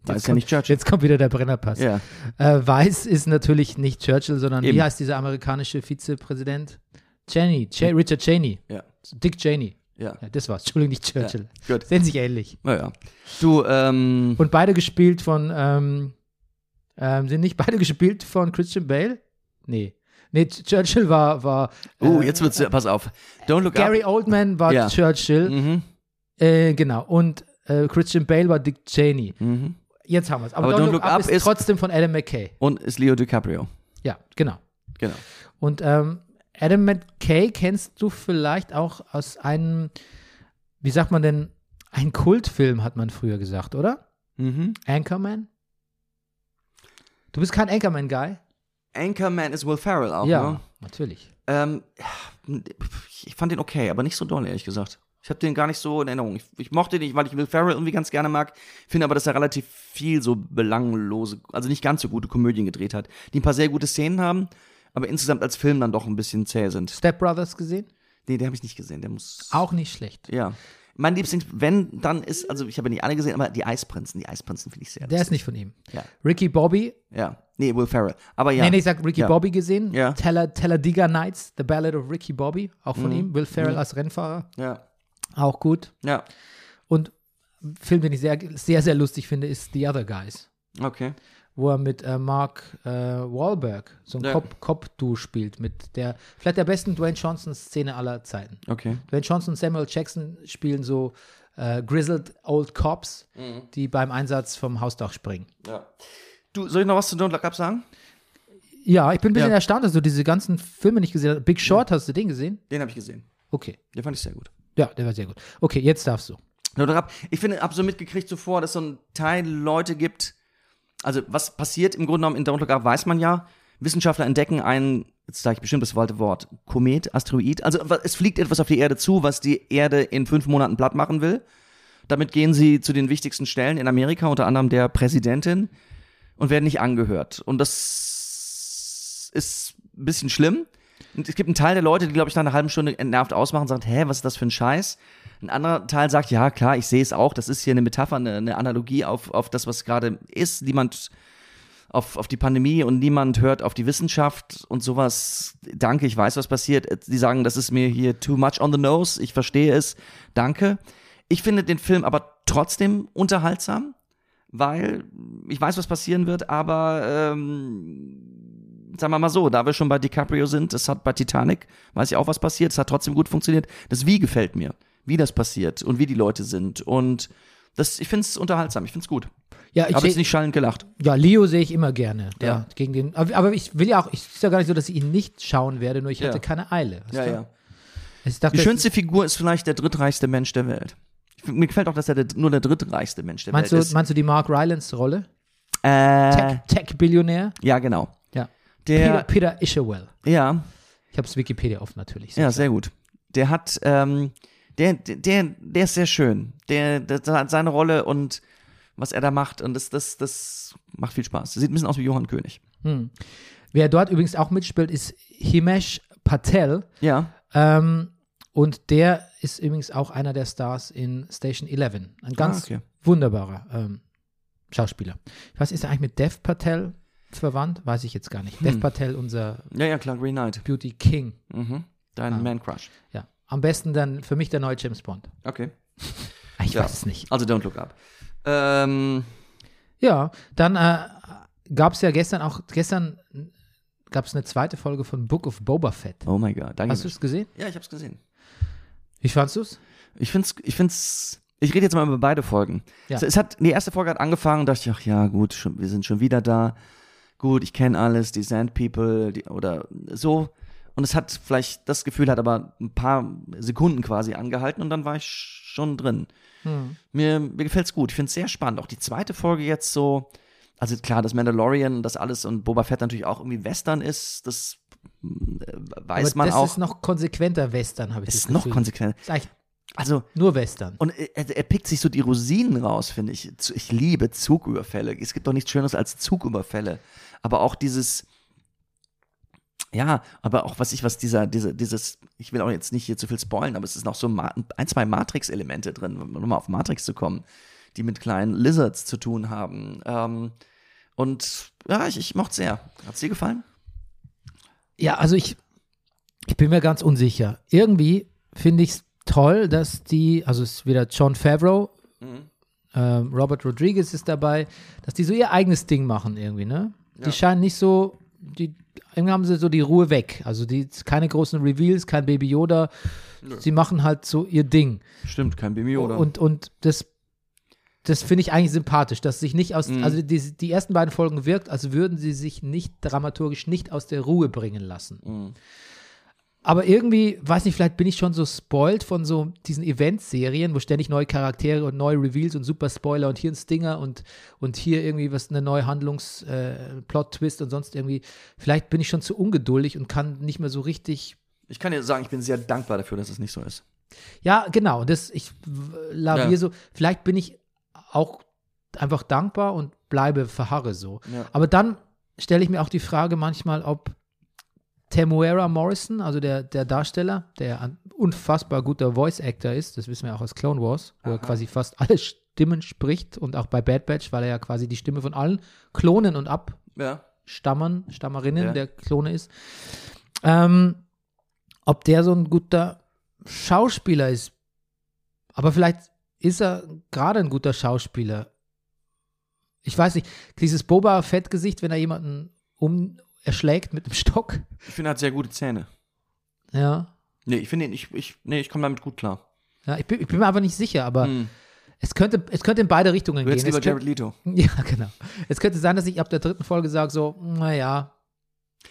Speaker 2: weiß ist ja nicht Churchill.
Speaker 1: Jetzt kommt wieder der Brennerpass.
Speaker 2: Ja.
Speaker 1: Äh, Weiß ist natürlich nicht Churchill, sondern wie
Speaker 2: Eben.
Speaker 1: heißt dieser amerikanische Vizepräsident? Cheney, Che- Richard Cheney,
Speaker 2: Ja.
Speaker 1: Dick Cheney.
Speaker 2: Ja.
Speaker 1: Ja, das war's. Entschuldigung, nicht Churchill.
Speaker 2: Gut.
Speaker 1: Sehen sich ähnlich.
Speaker 2: Naja. Du, ähm,
Speaker 1: Und beide gespielt von, ähm, ähm, sind nicht beide gespielt von Christian Bale? Nee. Nee, Ch- Churchill war, war
Speaker 2: oh,
Speaker 1: äh,
Speaker 2: jetzt wird's, pass auf. Don't Look
Speaker 1: Gary
Speaker 2: Up.
Speaker 1: Oldman war
Speaker 2: Ja.
Speaker 1: Churchill.
Speaker 2: Mhm.
Speaker 1: Äh, genau. Und äh, Christian Bale war Dick Cheney.
Speaker 2: Mhm.
Speaker 1: Jetzt haben wir es. Aber,
Speaker 2: Aber
Speaker 1: Don't, Look, Up ist,
Speaker 2: ist-
Speaker 1: trotzdem von Adam McKay.
Speaker 2: Und ist Leo DiCaprio.
Speaker 1: Ja, genau.
Speaker 2: Genau.
Speaker 1: Und ähm, Adam McKay kennst du vielleicht auch aus einem, wie sagt man denn, ein Kultfilm, hat man früher gesagt, oder?
Speaker 2: Mhm.
Speaker 1: Anchorman? Du bist kein Anchorman-Guy?
Speaker 2: Anchorman ist Will Ferrell auch,
Speaker 1: ja,
Speaker 2: ne?
Speaker 1: natürlich.
Speaker 2: Ähm, ich fand den okay, aber nicht so doll, ehrlich gesagt. Ich habe den gar nicht so in Erinnerung. Ich, ich mochte den nicht, weil ich Will Ferrell irgendwie ganz gerne mag. Finde aber, dass er relativ viel so belanglose, also nicht ganz so gute Komödien gedreht hat, die ein paar sehr gute Szenen haben, aber insgesamt als Film dann doch ein bisschen zäh sind.
Speaker 1: Step Brothers gesehen?
Speaker 2: Nee, den habe ich nicht gesehen. Der muss.
Speaker 1: Auch nicht schlecht.
Speaker 2: Ja. Mein Lieblings, wenn, dann ist, also ich habe nicht alle gesehen, aber die Eisprinzen, die Eisprinzen finde ich sehr.
Speaker 1: Der ist nicht von ihm.
Speaker 2: Ja.
Speaker 1: Ricky Bobby,
Speaker 2: Ja. Nee, Will Ferrell. Aber ja.
Speaker 1: nee, nee, ich sag Ricky
Speaker 2: Ja.
Speaker 1: Bobby gesehen.
Speaker 2: Ja.
Speaker 1: Teller, Talladega Nights, The Ballad of Ricky Bobby, auch
Speaker 2: Mhm.
Speaker 1: von ihm. Will Ferrell als Rennfahrer,
Speaker 2: Ja.
Speaker 1: auch gut.
Speaker 2: Ja.
Speaker 1: Und ein Film, den ich sehr, sehr, sehr lustig finde, ist The Other Guys,
Speaker 2: Okay.
Speaker 1: wo er mit äh, Mark äh, Wahlberg so ein
Speaker 2: Ja.
Speaker 1: Cop, Cop-Du spielt, mit der, vielleicht der besten Dwayne Johnson-Szene aller Zeiten.
Speaker 2: Okay.
Speaker 1: Dwayne Johnson und Samuel Jackson spielen so äh, grizzled old Cops,
Speaker 2: Mhm.
Speaker 1: die beim Einsatz vom Hausdach springen.
Speaker 2: Ja. Du, soll ich noch was zu Don't Look Up sagen?
Speaker 1: Ja, ich bin ein bisschen
Speaker 2: Ja.
Speaker 1: erstaunt, dass du diese ganzen Filme nicht gesehen hast. Big Short, hast du den gesehen?
Speaker 2: Den habe ich gesehen.
Speaker 1: Okay.
Speaker 2: Den fand ich sehr gut.
Speaker 1: Ja, der war sehr gut. Okay, jetzt darfst du.
Speaker 2: Nur noch ab- Ich finde, hab so mitgekriegt zuvor, dass so ein Teil Leute gibt. Also, was passiert im Grunde genommen in Don't Look Up, weiß man ja. Wissenschaftler entdecken einen, jetzt sage ich bestimmt das alte Wort, Komet, Asteroid. Also, wa- es fliegt etwas auf die Erde zu, was die Erde in fünf Monaten platt machen will. Damit gehen sie zu den wichtigsten Stellen in Amerika, unter anderem der Präsidentin, und werden nicht angehört. Und das ist ein bisschen schlimm. Und es gibt einen Teil der Leute, die, glaube ich, nach einer halben Stunde entnervt ausmachen und sagen, hä, was ist das für ein Scheiß? Ein anderer Teil sagt, ja, klar, ich sehe es auch. Das ist hier eine Metapher, eine, eine Analogie auf, auf das, was gerade ist. Niemand auf, auf die Pandemie und niemand hört auf die Wissenschaft und sowas. Danke, ich weiß, was passiert. Die sagen, das ist mir hier too much on the nose. Ich verstehe es. Danke. Ich finde den Film aber trotzdem unterhaltsam, weil ich weiß, was passieren wird, aber ähm, sagen wir mal so, da wir schon bei DiCaprio sind, es hat bei Titanic, weiß ich auch, was passiert, es hat trotzdem gut funktioniert. Das Wie gefällt mir, wie das passiert und wie die Leute sind. Und das, ich finde es unterhaltsam, ich finde es gut.
Speaker 1: Ja,
Speaker 2: Ich
Speaker 1: ich
Speaker 2: habe jetzt
Speaker 1: seh,
Speaker 2: nicht schallend gelacht.
Speaker 1: ja Leo sehe ich immer gerne. Da,
Speaker 2: Ja.
Speaker 1: Gegen den, aber, aber ich will ja auch, ich ist ja gar nicht so, dass ich ihn nicht schauen werde, nur ich
Speaker 2: Ja.
Speaker 1: hatte keine Eile. weißt
Speaker 2: Ja,
Speaker 1: du?
Speaker 2: ja.
Speaker 1: Ich dachte,
Speaker 2: Die schönste Figur ist vielleicht der drittreichste Mensch der Welt. Ich, find- mir gefällt auch, dass er der, nur der drittreichste Mensch der
Speaker 1: meinst, du,
Speaker 2: Welt ist.
Speaker 1: meinst du die Mark Rylance Rolle?
Speaker 2: äh,
Speaker 1: Tech- Tech-Billionär?
Speaker 2: ja, genau.
Speaker 1: ja.
Speaker 2: Der,
Speaker 1: Peter, Peter Isherwell.
Speaker 2: ja,
Speaker 1: Ich habe es Wikipedia offen natürlich.
Speaker 2: ja, sehr gut. Der hat, ähm, der, der- der, der ist sehr schön. Der, der, der hat seine Rolle und was er da macht und das, das, das
Speaker 1: Hm.
Speaker 2: macht viel Spaß. Sieht ein bisschen aus wie Johann König.
Speaker 1: Wer dort übrigens auch mitspielt, ist Himesh Patel.
Speaker 2: Ja.
Speaker 1: Ähm, und der ist übrigens auch einer der Stars in Station 11. Ein ganz
Speaker 2: Ah, okay.
Speaker 1: wunderbarer ähm, Schauspieler. Was ist er eigentlich mit Dev Patel verwandt? Weiß ich jetzt gar nicht.
Speaker 2: Hm.
Speaker 1: Dev Patel, unser
Speaker 2: Ja, ja, klar, Green Knight.
Speaker 1: Beauty King.
Speaker 2: Mhm. Dein Man Crush.
Speaker 1: Ja. Am besten dann für mich der neue James Bond.
Speaker 2: Okay.
Speaker 1: Ah, Ich
Speaker 2: Ja.
Speaker 1: weiß es nicht.
Speaker 2: Also Don't Look Up. Ähm,
Speaker 1: Ja, dann äh, gab es ja gestern auch, gestern gab es eine zweite Folge von Book of Boba Fett.
Speaker 2: oh mein Gott, danke.
Speaker 1: Hast du es gesehen?
Speaker 2: ja, ich hab's gesehen.
Speaker 1: Wie fandst du es?
Speaker 2: Ich find's, ich find's, ich rede jetzt mal über beide Folgen.
Speaker 1: Ja.
Speaker 2: Es, es hat, die erste Folge hat angefangen, dachte ich, ach ja, gut, schon, wir sind schon wieder da. Gut, ich kenne alles, die Sand People, die, oder so. Und es hat vielleicht, das Gefühl hat aber ein paar Sekunden quasi angehalten und dann war ich schon drin. Mir, mir gefällt's gut. Ich find's sehr spannend. Auch die zweite Folge jetzt so, also klar, das Mandalorian und das alles und Boba Fett natürlich auch irgendwie Western ist, das äh, weiß
Speaker 1: Aber
Speaker 2: man
Speaker 1: das
Speaker 2: auch.
Speaker 1: ist noch konsequenter Western, habe ich
Speaker 2: ist
Speaker 1: das
Speaker 2: noch
Speaker 1: Gefühl.
Speaker 2: konsequent.
Speaker 1: Ist eigentlich
Speaker 2: Also,
Speaker 1: nur Western.
Speaker 2: und er, er pickt sich so die Rosinen raus, finde ich. Zu- Ich liebe Zugüberfälle. Es gibt doch nichts Schöneres als Zugüberfälle. Aber auch dieses, ja, aber auch was ich, was dieser, dieser, dieses, ich will auch jetzt nicht hier zu viel spoilen, aber es ist noch so Ma- ein, zwei Matrix-Elemente drin, um nochmal auf Matrix zu kommen, die mit kleinen Lizards zu tun haben. Ähm, und ja, ich, ich mochte sehr. Hat's dir gefallen?
Speaker 1: Ja, also ich, ich bin mir ganz unsicher. Irgendwie finde ich es toll, dass die, also es ist wieder John Favreau, ähm, Robert Rodriguez ist dabei, dass die so ihr eigenes Ding machen irgendwie, ne? Die scheinen nicht so, die, irgendwie haben sie so die Ruhe weg. Also die, keine großen Reveals, kein Baby Yoda. Sie machen halt so ihr Ding.
Speaker 2: Stimmt, kein Bimio,
Speaker 1: Und, und das, das finde ich eigentlich sympathisch, dass sich nicht aus, also die, die ersten beiden Folgen wirkt, als würden sie sich nicht dramaturgisch nicht aus der Ruhe bringen lassen.
Speaker 2: Hm.
Speaker 1: Aber irgendwie, weiß nicht, vielleicht bin ich schon so spoilt von so diesen Event-Serien, wo ständig neue Charaktere und neue Reveals und super Spoiler und hier ein Stinger und, und hier irgendwie was, eine neue Handlungs-Plot-Twist und sonst irgendwie. Vielleicht bin ich schon zu ungeduldig und kann nicht mehr so richtig
Speaker 2: ich kann dir sagen, ich bin sehr dankbar dafür, dass es nicht so ist.
Speaker 1: ja, genau. Das, ich w- lavier
Speaker 2: Ja.
Speaker 1: so. Vielleicht bin ich auch einfach dankbar und bleibe, verharre so.
Speaker 2: Ja.
Speaker 1: Aber dann stelle ich mir auch die Frage manchmal, ob Temuera Morrison, also der, der Darsteller, der ein unfassbar guter Voice-Actor ist, das wissen wir auch aus Clone Wars, wo er quasi fast alle Stimmen spricht und auch bei Bad Batch, weil er ja quasi die Stimme von allen Klonen und ab
Speaker 2: Ja.
Speaker 1: Stammern, Stammerinnen,
Speaker 2: Ja.
Speaker 1: der Klone ist, ähm, ob der so ein guter Schauspieler ist. Aber vielleicht ist er gerade ein guter Schauspieler. Ich weiß nicht, dieses Boba Fett-Gesicht, wenn er jemanden um erschlägt mit einem Stock.
Speaker 2: Ich finde, er hat sehr gute Zähne.
Speaker 1: Ja.
Speaker 2: Nee, ich finde ihn, ich, ich, nee, ich komme damit gut klar.
Speaker 1: ja ich, bin, ich bin mir einfach nicht sicher, aber
Speaker 2: Hm.
Speaker 1: es, könnte, es könnte in beide Richtungen
Speaker 2: Du
Speaker 1: gehen.
Speaker 2: hättest lieber
Speaker 1: Es
Speaker 2: Jared
Speaker 1: könnte,
Speaker 2: Leto.
Speaker 1: ja, genau. Es könnte sein, dass ich ab der dritten Folge sage, so, naja,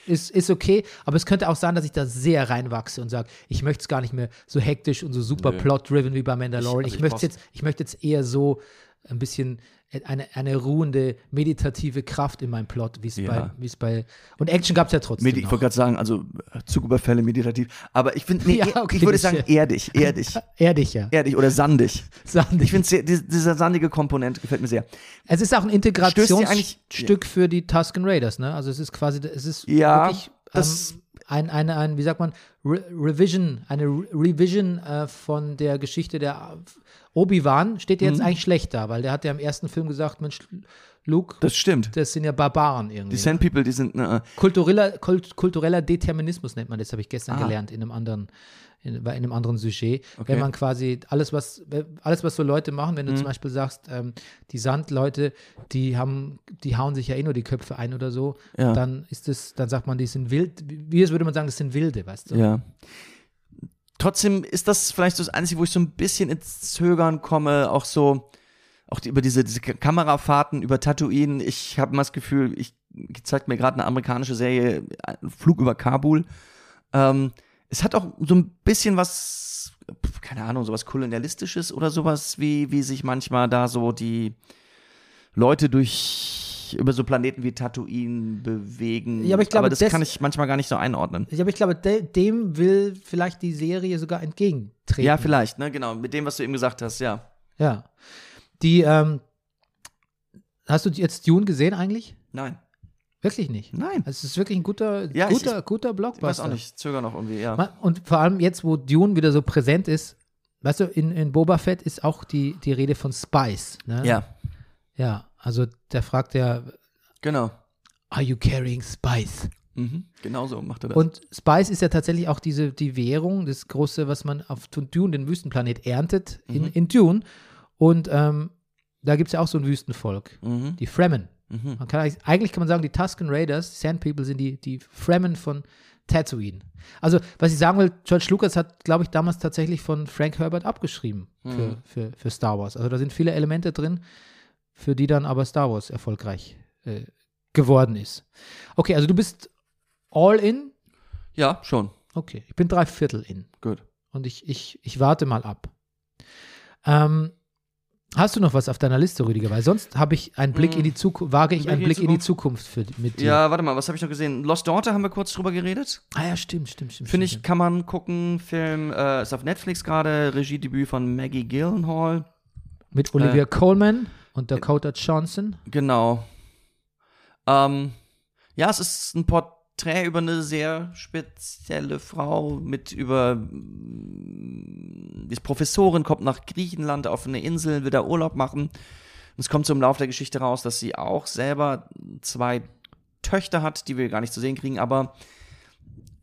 Speaker 1: ist, ist okay, aber es könnte auch sein, dass ich da sehr reinwachse und sage, ich möchte es gar nicht mehr so hektisch und so super
Speaker 2: Nö.
Speaker 1: plot-driven wie bei Mandalorian. Ich,
Speaker 2: Ich- also ich
Speaker 1: möchte
Speaker 2: brauch's-
Speaker 1: jetzt, ich möchte jetzt eher so ein bisschen eine, eine ruhende, meditative Kraft in meinem Plot, wie es bei,
Speaker 2: Ja.
Speaker 1: wie es bei. Und Action gab es ja trotzdem.
Speaker 2: Medi ich
Speaker 1: noch.
Speaker 2: wollte gerade sagen, also äh, Zugüberfälle, meditativ. Aber ich finde, nee,
Speaker 1: Ja,
Speaker 2: eher-
Speaker 1: okay,
Speaker 2: ich würde
Speaker 1: das-
Speaker 2: sagen, erdig, erdig,
Speaker 1: Erdig, Äh, ja.
Speaker 2: erdig oder sandig.
Speaker 1: Sandig.
Speaker 2: Ich finde, dieser sandige Komponent gefällt mir sehr.
Speaker 1: Es ist auch ein
Speaker 2: Stößt ihr eigentlich-
Speaker 1: Integrationsstück für die Tusken Raiders, ne? Also es ist quasi, es ist
Speaker 2: Ja,
Speaker 1: wirklich
Speaker 2: das-
Speaker 1: ähm, ein, eine, ein, wie sagt man, Re Revision, eine Re Revision äh, von der Geschichte der äh, Obi-Wan steht
Speaker 2: Mhm.
Speaker 1: jetzt eigentlich schlecht da, weil der hat ja im ersten Film gesagt, Mensch, Luke, das,
Speaker 2: Das stimmt.
Speaker 1: sind ja Barbaren irgendwie.
Speaker 2: Die Sand People, die sind, äh,
Speaker 1: Kultureller, kult, kultureller Determinismus nennt man das, habe ich gestern
Speaker 2: Ah.
Speaker 1: gelernt in einem anderen, in, bei- in einem anderen Sujet.
Speaker 2: Okay. Mhm.
Speaker 1: Wenn man quasi alles, was alles, was so Leute machen, wenn du zum Beispiel sagst, ähm, die Sandleute, die haben, die hauen sich ja eh nur die Köpfe ein oder so,
Speaker 2: Ja.
Speaker 1: dann ist es, dann sagt man, die sind wild, wie es würde man sagen, das sind Wilde, weißt du?
Speaker 2: ja. Trotzdem ist das vielleicht so das Einzige, wo ich so ein bisschen ins Zögern komme, auch so, auch die, über diese, diese Ka- Kamerafahrten, über Tatooine. Ich habe immer das Gefühl, ich zeigt mir gerade eine amerikanische Serie, ein Flug über Kabul. Ähm, es hat auch so ein bisschen was, pf, keine Ahnung, sowas Kolonialistisches oder sowas, wie, wie sich manchmal da so die Leute durch über so Planeten wie Tatooine bewegen.
Speaker 1: Ja, aber ich glaube,
Speaker 2: das
Speaker 1: des-
Speaker 2: kann ich manchmal gar nicht so einordnen.
Speaker 1: Ich, aber ich glaube, de, dem will vielleicht die Serie sogar entgegentreten.
Speaker 2: Ja, vielleicht, ne, genau, mit dem, was du eben gesagt hast, ja.
Speaker 1: Ja. Die, ähm, hast du jetzt Dune gesehen eigentlich?
Speaker 2: Nein.
Speaker 1: Wirklich nicht.
Speaker 2: Nein.
Speaker 1: Also es ist wirklich ein guter,
Speaker 2: Ja, ich-
Speaker 1: guter, guter
Speaker 2: Ich
Speaker 1: Blockbuster.
Speaker 2: weiß auch nicht, zöger noch irgendwie, ja.
Speaker 1: Ma- Und vor allem jetzt, wo Dune wieder so präsent ist, weißt du, in, in Boba Fett ist auch die, die Rede von Spice. Ne?
Speaker 2: Ja,
Speaker 1: Ja, also da fragt er,
Speaker 2: genau.
Speaker 1: are you carrying Spice?
Speaker 2: Mhm. Genau so macht er das.
Speaker 1: Und Spice ist ja tatsächlich auch diese, die Währung, das große, was man auf Dune, den Wüstenplanet, erntet in,
Speaker 2: Mhm.
Speaker 1: in Dune. Und ähm, da gibt es ja auch so ein Wüstenvolk,
Speaker 2: mhm.
Speaker 1: die Fremen.
Speaker 2: Mhm.
Speaker 1: Man kann, eigentlich- eigentlich kann man sagen, die Tusken Raiders, Sand People, sind die, die Fremen von Tatooine. Also, was ich sagen will, George Lucas hat, glaube ich, damals tatsächlich von Frank Herbert abgeschrieben für, für, für Star Wars. Also, da sind viele Elemente drin, für die dann aber Star Wars erfolgreich äh, geworden ist. Okay, also du bist all in.
Speaker 2: Ja, schon.
Speaker 1: Okay, ich bin drei Viertel in
Speaker 2: Gut.
Speaker 1: und ich, ich, ich warte mal ab. Ähm, hast du noch was auf deiner Liste, Rüdiger? Weil sonst habe ich einen Blick in die Zukunft, wage ich
Speaker 2: Hm. Blick
Speaker 1: einen
Speaker 2: in die
Speaker 1: Blick in die Zukunft für, mit dir.
Speaker 2: Ja, warte mal, was habe ich noch gesehen? Lost Daughter haben wir kurz drüber geredet.
Speaker 1: Ah ja, stimmt, stimmt, stimmt.
Speaker 2: Finde ich,
Speaker 1: stimmt.
Speaker 2: kann man gucken. Film äh, ist auf Netflix gerade, Regiedebüt von Maggie Gyllenhaal.
Speaker 1: Mit Olivia Coleman und Dakota Johnson.
Speaker 2: Genau. Ähm, ja, es ist ein Porträt über eine sehr spezielle Frau mit über mm, die ist Professorin, kommt nach Griechenland auf eine Insel, will da Urlaub machen. Und es kommt so im Laufe der Geschichte raus, dass sie auch selber zwei Töchter hat, die wir gar nicht zu sehen kriegen, aber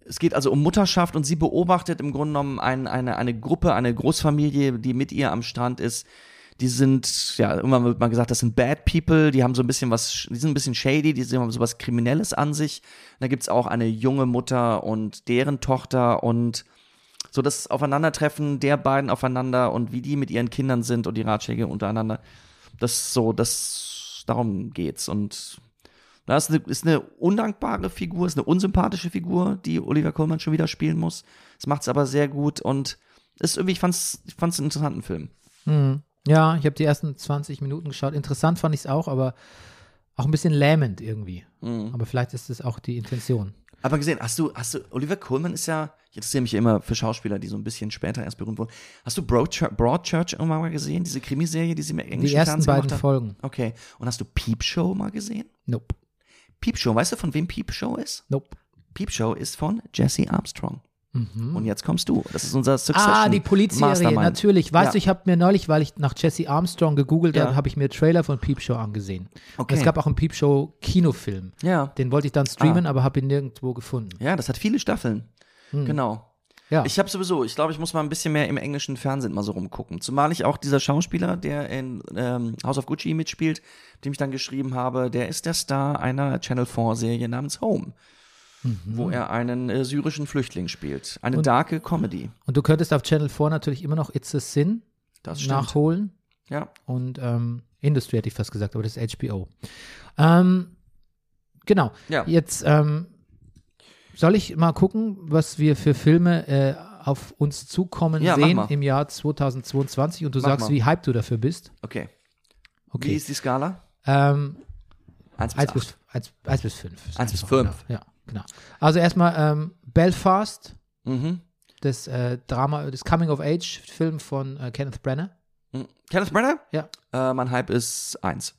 Speaker 2: es geht also um Mutterschaft und sie beobachtet im Grunde genommen ein, eine, eine Gruppe, eine Großfamilie, die mit ihr am Strand ist. Die sind, ja, irgendwann wird mal gesagt, das sind Bad People, die haben so ein bisschen was, die sind ein bisschen shady, die haben so was Kriminelles an sich. Und da gibt's auch eine junge Mutter und deren Tochter und so das Aufeinandertreffen der beiden aufeinander und wie die mit ihren Kindern sind und die Ratschläge untereinander. Das so, das, darum geht's. Und das ist eine, ist eine undankbare Figur, ist eine unsympathische Figur, die Oliver Kohlmann schon wieder spielen muss. Das macht's aber sehr gut und ist irgendwie, ich fand's, ich fand's einen interessanten Film.
Speaker 1: Hm. Ja, ich habe die ersten 20 Minuten geschaut. Interessant fand ich es auch, aber auch ein bisschen lähmend irgendwie.
Speaker 2: Hm.
Speaker 1: Aber vielleicht ist es auch die Intention.
Speaker 2: Aber gesehen, hast du, hast du, Oliver Kohlmann ist ja, ich interessiere mich ja immer für Schauspieler, die so ein bisschen später erst berühmt wurden. Hast du Broadchurch, Broadchurch irgendwann mal gesehen? Diese Krimiserie, die sie im englischen
Speaker 1: Die ersten
Speaker 2: Fernsehen
Speaker 1: beiden
Speaker 2: gemacht haben?
Speaker 1: Folgen.
Speaker 2: Okay. Und hast du Peep Show mal gesehen?
Speaker 1: Nope,
Speaker 2: Peep Show, weißt du, von wem Peep Show ist?
Speaker 1: nope.
Speaker 2: Peep Show ist von Jesse Armstrong.
Speaker 1: Mhm.
Speaker 2: Und jetzt kommst du. Das ist unser Succession.
Speaker 1: Ah, die Polizserie,
Speaker 2: Mastermind.
Speaker 1: natürlich. Weißt
Speaker 2: Ja.
Speaker 1: du, ich habe mir neulich, weil ich nach Jesse Armstrong gegoogelt
Speaker 2: Ja.
Speaker 1: habe, habe ich mir Trailer von Peep Show angesehen. Und
Speaker 2: Okay. Ah.
Speaker 1: es gab auch einen Peep Show Kinofilm.
Speaker 2: Ja.
Speaker 1: Den wollte ich dann streamen, aber habe ihn nirgendwo gefunden. Hm,
Speaker 2: Ja, das hat viele Staffeln. Genau.
Speaker 1: Ja.
Speaker 2: Ich habe sowieso, ich glaube, ich muss mal ein bisschen mehr im englischen Fernsehen mal so rumgucken. Zumal ich auch dieser Schauspieler, der in ähm, House of Gucci mitspielt, dem ich dann geschrieben habe, der ist der Star einer Channel 4-Serie namens Home,
Speaker 1: Mhm.
Speaker 2: wo er einen äh, syrischen Flüchtling spielt. Eine darke Comedy.
Speaker 1: Und du könntest auf Channel 4 natürlich immer noch It's a Sin
Speaker 2: Das stimmt.
Speaker 1: nachholen.
Speaker 2: ja.
Speaker 1: Und ähm, Industry hätte ich fast gesagt, aber das ist HBO. Ähm, genau.
Speaker 2: Ja.
Speaker 1: Jetzt ähm, soll ich mal gucken, was wir für Filme äh, auf uns zukommen
Speaker 2: Ja, mach
Speaker 1: sehen
Speaker 2: mal.
Speaker 1: im Jahr 2022 und du
Speaker 2: Mach
Speaker 1: sagst,
Speaker 2: mal.
Speaker 1: wie hyped du dafür bist.
Speaker 2: Okay. Wie
Speaker 1: Okay.
Speaker 2: ist die Skala?
Speaker 1: Ähm,
Speaker 2: Eins bis
Speaker 1: 1
Speaker 2: acht.
Speaker 1: bis, 1, 1 bis 5.
Speaker 2: Eins bis fünf.
Speaker 1: Ja, genau. Also erstmal ähm, Belfast,
Speaker 2: Mhm.
Speaker 1: das äh, Drama, das Coming-of-Age-Film von äh, Kenneth Branagh.
Speaker 2: Mhm. Kenneth Brenner?
Speaker 1: Ja.
Speaker 2: Äh, mein Hype ist eins.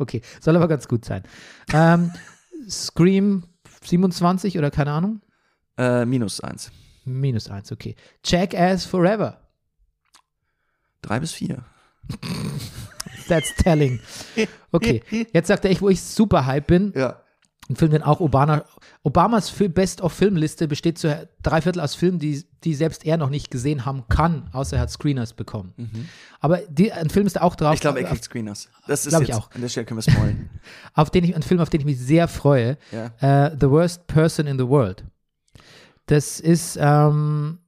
Speaker 1: Okay, soll aber ganz gut sein. Ähm, Scream 27 oder keine Ahnung?
Speaker 2: Äh, minus eins.
Speaker 1: Minus 1, okay. Jackass Forever.
Speaker 2: Drei bis vier.
Speaker 1: That's telling. Okay, jetzt sagt er echt, wo ich super hype bin.
Speaker 2: Ja.
Speaker 1: Ein Film, den auch Obama, Obamas Fi- Best-of-Film-Liste besteht zu drei Viertel aus Filmen, die, die selbst er noch nicht gesehen haben kann, außer er hat Screeners bekommen. Aber die, ein Film ist da auch drauf,
Speaker 2: Mhm. Ich glaube, er
Speaker 1: auf,
Speaker 2: kriegt Screeners. Das ist
Speaker 1: Glaub ich
Speaker 2: jetzt,
Speaker 1: auch.
Speaker 2: An der Stelle können wir spoilen.
Speaker 1: auf den ich, ein Film, auf den ich mich sehr freue.
Speaker 2: ja.
Speaker 1: Äh, the Worst Person in the World. Das ist ähm,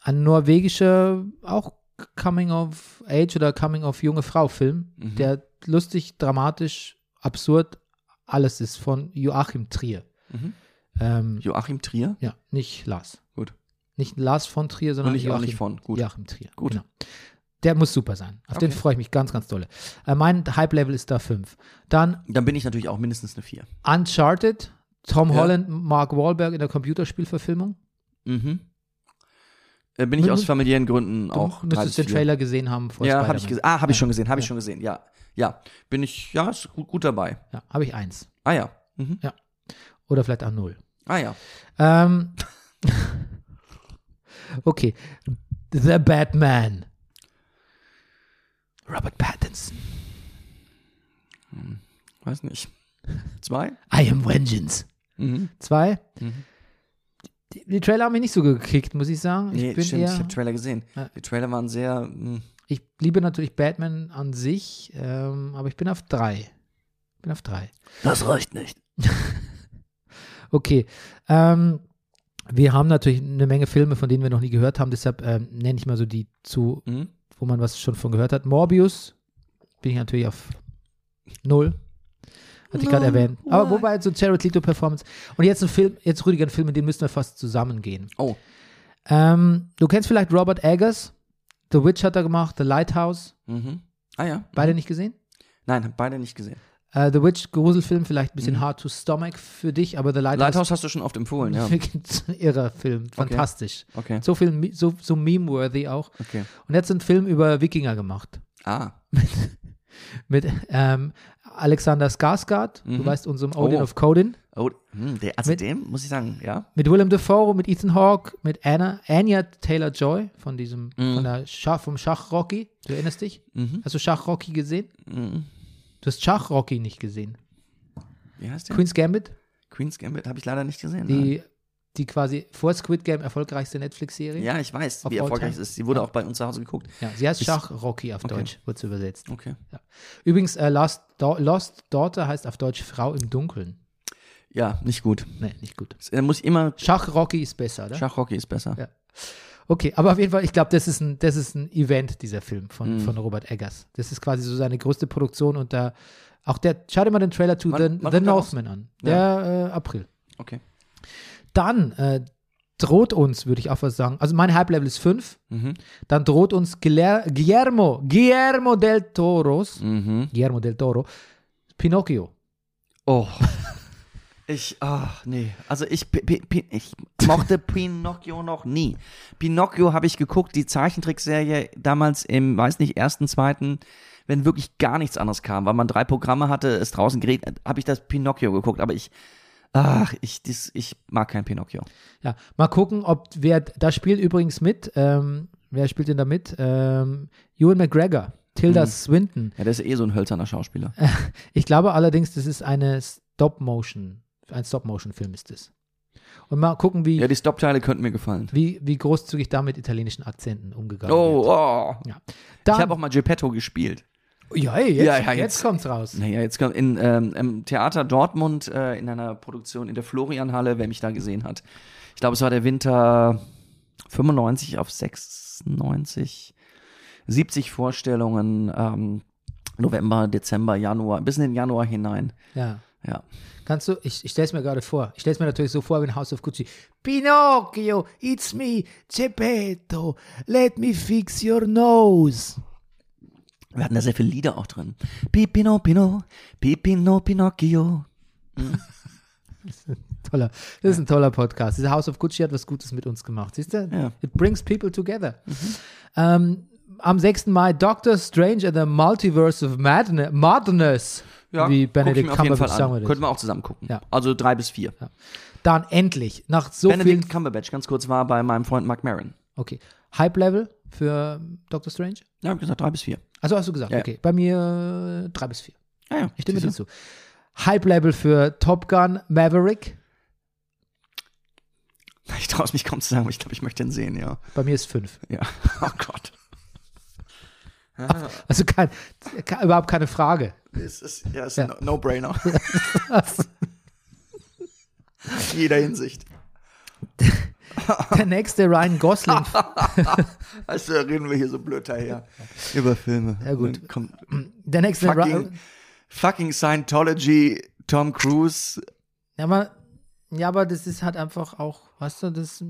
Speaker 1: ein norwegischer, auch Coming of Age oder Coming of junge Frau Film,
Speaker 2: Mhm.
Speaker 1: der lustig, dramatisch, absurd, alles ist von Joachim Trier.
Speaker 2: Mhm.
Speaker 1: Ähm,
Speaker 2: Joachim Trier?
Speaker 1: ja, nicht Lars.
Speaker 2: Gut.
Speaker 1: Nicht Lars von Trier, sondern
Speaker 2: Und nicht, auch
Speaker 1: Joachim,
Speaker 2: nicht von. Gut.
Speaker 1: Joachim Trier.
Speaker 2: Gut.
Speaker 1: Genau. Der muss super sein. Auf den
Speaker 2: Okay.
Speaker 1: freue ich mich ganz, ganz doll. Äh, mein Hype-Level ist da 5. Dann
Speaker 2: Dann bin ich natürlich auch mindestens eine 4.
Speaker 1: Uncharted, Tom
Speaker 2: Ja.
Speaker 1: Holland, Mark Wahlberg in der Computerspielverfilmung.
Speaker 2: Mhm. Äh, bin ich
Speaker 1: Du-
Speaker 2: aus familiären Gründen auch.
Speaker 1: Mhm. du
Speaker 2: drei
Speaker 1: müsstest
Speaker 2: bis
Speaker 1: den
Speaker 2: vier.
Speaker 1: Trailer gesehen haben vor
Speaker 2: Ja, habe ich
Speaker 1: Spider-Man.
Speaker 2: gesehen. Ah, habe ich schon gesehen, habe ich schon gesehen. Ja. Ja. Bin ich, ja, ist gut, gut dabei.
Speaker 1: Ja, habe ich eins.
Speaker 2: Ah ja. Mhm.
Speaker 1: Ja. Oder vielleicht auch null.
Speaker 2: Ah ja.
Speaker 1: Ähm, okay. The Batman. Robert Pattinson.
Speaker 2: Weiß nicht. Zwei?
Speaker 1: I am Vengeance.
Speaker 2: Mhm.
Speaker 1: Zwei.
Speaker 2: Mhm.
Speaker 1: Die, die Trailer haben mich nicht so gekickt, muss ich sagen. Ich,
Speaker 2: Nee,
Speaker 1: bin
Speaker 2: stimmt, ich
Speaker 1: eher,
Speaker 2: habe Trailer gesehen.
Speaker 1: Ja.
Speaker 2: Die Trailer waren sehr. hm. Mh.
Speaker 1: ich liebe natürlich Batman an sich, ähm, aber ich bin auf drei. bin auf drei.
Speaker 2: Das reicht nicht.
Speaker 1: Okay. Ähm, wir haben natürlich eine Menge Filme, von denen wir noch nie gehört haben, deshalb ähm, nenne ich mal so die zu,
Speaker 2: Mhm.
Speaker 1: wo man was schon von gehört hat. Morbius bin ich natürlich auf null. Hatte ich gerade
Speaker 2: Null.
Speaker 1: erwähnt. Aber wobei so Jared Leto Performance. Und jetzt ein Film, jetzt Rüdiger, ein Film, in den müssen wir fast zusammengehen.
Speaker 2: Oh.
Speaker 1: Ähm, du kennst vielleicht Robert Eggers. The Witch hat er gemacht, The Lighthouse.
Speaker 2: Mhm. Ah ja.
Speaker 1: Beide nicht gesehen?
Speaker 2: Nein, hab beide nicht gesehen.
Speaker 1: Äh, The Witch, Gruselfilm, vielleicht ein bisschen hard to stomach für dich, aber The Lighthouse,
Speaker 2: Mhm. Lighthouse hast du schon oft empfohlen, ja.
Speaker 1: Wirklich ein irrer Film, fantastisch.
Speaker 2: Okay.
Speaker 1: So viel, Mi- so, so meme-worthy auch.
Speaker 2: Okay.
Speaker 1: Und jetzt einen Film über Wikinger gemacht.
Speaker 2: Ah.
Speaker 1: Mit ähm, Alexander Skarsgård, du
Speaker 2: Mhm.
Speaker 1: weißt, unserem Odin
Speaker 2: Oh.
Speaker 1: of Codin.
Speaker 2: Oh, hm, der, also
Speaker 1: Mit-
Speaker 2: dem muss ich sagen, ja.
Speaker 1: Mit Willem Dafoe, mit Ethan Hawke, mit Anna, Anya Taylor-Joy von diesem,
Speaker 2: Mhm.
Speaker 1: von der Schach, vom Schach-Rocky. Du erinnerst dich? Hast du Schach-Rocky gesehen?
Speaker 2: Mhm.
Speaker 1: Du hast Schach-Rocky nicht gesehen.
Speaker 2: Wie heißt der?
Speaker 1: Queen's Gambit,
Speaker 2: Queen's Gambit habe ich leider nicht gesehen. nein.
Speaker 1: die, die quasi vor Squid Game erfolgreichste Netflix-Serie.
Speaker 2: ja, ich weiß,
Speaker 1: Auf
Speaker 2: wie
Speaker 1: All
Speaker 2: erfolgreich es
Speaker 1: Time.
Speaker 2: ist. Sie wurde auch bei uns zu Hause geguckt.
Speaker 1: Ja, sie heißt Schach-Rocky auf Deutsch, wurde es übersetzt.
Speaker 2: Okay.
Speaker 1: Ja. Übrigens, äh, Lost, Do Lost Daughter heißt auf Deutsch Frau im Dunkeln.
Speaker 2: Ja, nicht gut.
Speaker 1: Nee, nicht gut.
Speaker 2: Es- Er muss immer.
Speaker 1: Schach-Rocky ist besser, oder?
Speaker 2: Schachrocky ist besser.
Speaker 1: Ja. Okay, aber auf jeden Fall, ich glaube, das, ist ein- das ist ein Event, dieser Film von, von Robert Eggers. Das ist quasi so seine größte Produktion und da, auch der, schau dir mal den Trailer zu
Speaker 2: Wann-
Speaker 1: The,
Speaker 2: wann kommt
Speaker 1: The
Speaker 2: der
Speaker 1: Northman an. Der äh, April.
Speaker 2: Okay.
Speaker 1: Dann äh, droht uns, würde ich auch was sagen, also mein Hype-Level ist 5,
Speaker 2: Mhm.
Speaker 1: dann droht uns Guiller- Guillermo, Guillermo del Toros,
Speaker 2: Mhm.
Speaker 1: Guillermo del Toro, Pinocchio.
Speaker 2: Oh. Ich, ach, nee. Also ich, pi- pi- pi- ich mochte Pinocchio noch nie. Pinocchio habe ich geguckt, die Zeichentrickserie damals im, weiß nicht, ersten, zweiten, wenn wirklich gar nichts anderes kam, weil man drei Programme hatte, es draußen geregnet, habe ich das Pinocchio geguckt, aber ich, ach, ich, dies, ich mag kein Pinocchio.
Speaker 1: Ja, mal gucken, ob wer, da spielt übrigens mit, ähm, wer spielt denn da mit? Ähm, Ewan McGregor, Tilda Swinton.
Speaker 2: Ja, der ist ja eh so ein hölzerner Schauspieler.
Speaker 1: Ich glaube allerdings, das ist eine Stop-Motion, ein Stop-Motion-Film ist es. Und mal gucken, wie,
Speaker 2: Ja, die Stop-Teile könnten mir gefallen.
Speaker 1: wie, wie großzügig da mit italienischen Akzenten umgegangen
Speaker 2: Oh,
Speaker 1: wird.
Speaker 2: oh.
Speaker 1: Ja.
Speaker 2: Ich
Speaker 1: Dann,
Speaker 2: habe auch mal Geppetto gespielt.
Speaker 1: ja, hey, jetzt,
Speaker 2: Ja, ja,
Speaker 1: jetzt.
Speaker 2: jetzt.
Speaker 1: kommt's raus.
Speaker 2: Naja, jetzt kommt in, ähm, im Theater Dortmund äh, in einer Produktion in der Florianhalle, wer mich da gesehen hat. Ich glaube, es war der Winter 95 auf 96, 70 Vorstellungen, ähm, November, Dezember, Januar, bis in den Januar hinein.
Speaker 1: Ja.
Speaker 2: Ja.
Speaker 1: Kannst du, ich, ich stell's mir gerade vor, ich stell's mir natürlich so vor wie in House of Gucci. Pinocchio, it's me, Geppetto, let me fix your nose.
Speaker 2: Wir hatten da sehr viele Lieder auch drin. Pipino, Pino, Pipino, Pinocchio.
Speaker 1: Toller. Das ist ein toller Podcast. Dieser House of Gucci hat was Gutes mit uns gemacht. Siehst du?
Speaker 2: Ja. Mhm.
Speaker 1: It brings people together. Ähm, am 6. Mai Doctor Strange and the Multiverse of Madne- Madness. wie
Speaker 2: guck ich
Speaker 1: Benedict
Speaker 2: mir auf jeden
Speaker 1: Cumberbatch
Speaker 2: Fall
Speaker 1: sagen
Speaker 2: an.
Speaker 1: würde.
Speaker 2: Könnten wir auch zusammen gucken.
Speaker 1: Ja.
Speaker 2: Also drei bis vier.
Speaker 1: Dann endlich, nach so
Speaker 2: Benedict
Speaker 1: vielen.
Speaker 2: Cumberbatch, ganz kurz, war bei meinem Freund Mark Maron.
Speaker 1: Okay. Hype-Level für ähm, Doctor Strange?
Speaker 2: Ja, hab ich gesagt, drei bis vier.
Speaker 1: Also hast du gesagt,
Speaker 2: Ja.
Speaker 1: okay. Bei mir äh, 3 bis 4.
Speaker 2: Ja, ja.
Speaker 1: Ich stimme dir
Speaker 2: Siehst
Speaker 1: zu. Hype-Level für Top Gun Maverick?
Speaker 2: du? Ich traue es mich kaum zu sagen, aber ich glaube, ich möchte ihn sehen, ja.
Speaker 1: Bei mir ist 5.
Speaker 2: Ja. Oh Gott.
Speaker 1: Also kein, ke- überhaupt keine Frage.
Speaker 2: Es ist, ja, es ist ein No-Brainer. In jeder Hinsicht.
Speaker 1: Der nächste Ryan Gosling
Speaker 2: Also reden wir hier so blöd daher. Über Filme.
Speaker 1: Ja, gut.
Speaker 2: Dann Kommt
Speaker 1: Der nächste Ra
Speaker 2: fucking, fucking Scientology, Tom Cruise.
Speaker 1: ja, aber, ja, aber das ist halt einfach auch, weißt du, das.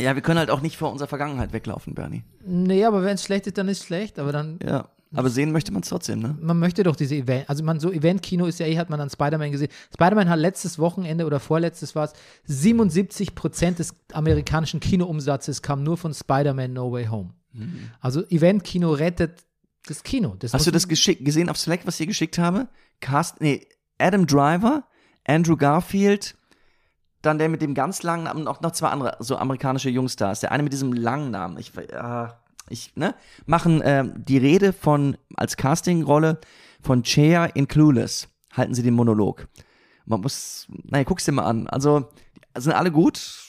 Speaker 2: Ja, wir können halt auch nicht vor unserer Vergangenheit weglaufen, Bernie.
Speaker 1: Nee, aber wenn es schlecht ist, dann ist es schlecht. Aber dann,
Speaker 2: Ja. Aber sehen möchte man es trotzdem, ne?
Speaker 1: man möchte doch diese Event, also man, so Event-Kino ist ja eh, hat man an Spider-Man gesehen. Spider-Man hat letztes Wochenende oder vorletztes war es, 77 Prozent des amerikanischen Kinoumsatzes kam nur von Spider-Man No Way Home. Also Event-Kino rettet das Kino. Das
Speaker 2: Hast du
Speaker 1: muss-
Speaker 2: das geschick- gesehen auf Slack, was ich dir geschickt habe? Cast, nee, Adam Driver, Andrew Garfield, dann der mit dem ganz langen Namen, noch, noch zwei andere so amerikanische Jungstars. Der eine mit diesem langen Namen. Ich, äh, ich ne, machen ähm, die Rede von als Castingrolle von Chea in Clueless. Halten sie den Monolog. Man muss, naja, guck's dir mal an. Also sind alle gut.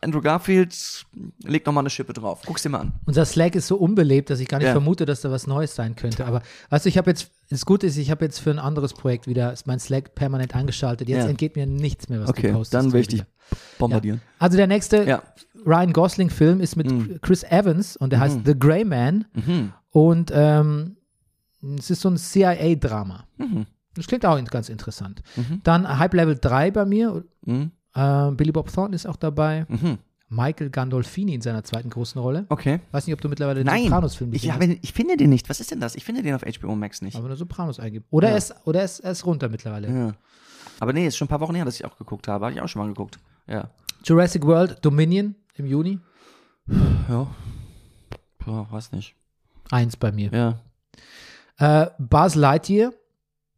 Speaker 2: Andrew Garfield legt noch mal eine Schippe drauf. Guck's dir mal an.
Speaker 1: Unser Slack ist so unbelebt, dass ich gar nicht
Speaker 2: Ja.
Speaker 1: vermute, dass da was Neues sein könnte. Aber weißt du, ich habe jetzt, das Gute ist, ich habe jetzt für ein anderes Projekt wieder ist mein Slack permanent angeschaltet. Jetzt
Speaker 2: Ja.
Speaker 1: entgeht mir nichts mehr, was
Speaker 2: Okay,
Speaker 1: gepostet
Speaker 2: dann will ich dich
Speaker 1: wieder.
Speaker 2: bombardieren.
Speaker 1: Also der nächste
Speaker 2: Ja. Mm.
Speaker 1: Ryan Gosling-Film ist mit Chris Evans und der heißt The Grey Man.
Speaker 2: Mhm.
Speaker 1: Und ähm, es ist so ein CIA-Drama.
Speaker 2: Mhm.
Speaker 1: Das klingt auch in- ganz interessant. Dann Hype Level 3 bei mir.
Speaker 2: Mhm.
Speaker 1: Äh, Billy Bob Thornton ist auch dabei. Michael Gandolfini in seiner zweiten großen Rolle.
Speaker 2: Okay.
Speaker 1: Weiß nicht, ob du mittlerweile den
Speaker 2: Nein,
Speaker 1: Sopranos-Film
Speaker 2: ich,
Speaker 1: gesehen
Speaker 2: habe ihn- ich finde den nicht. Was ist denn das? Ich finde den auf HBO Max nicht.
Speaker 1: hast. Aber nur Sopranos eingeben. Oder, er, ist, oder er, ist, er ist runter mittlerweile.
Speaker 2: Ja. Aber nee, ist schon ein paar Wochen her, dass ich auch geguckt habe. Habe ich auch schon mal geguckt. Ja.
Speaker 1: Jurassic World Dominion im Juni.
Speaker 2: Ja. Boah, weiß nicht.
Speaker 1: Eins bei mir.
Speaker 2: Ja.
Speaker 1: Äh, Buzz Lightyear,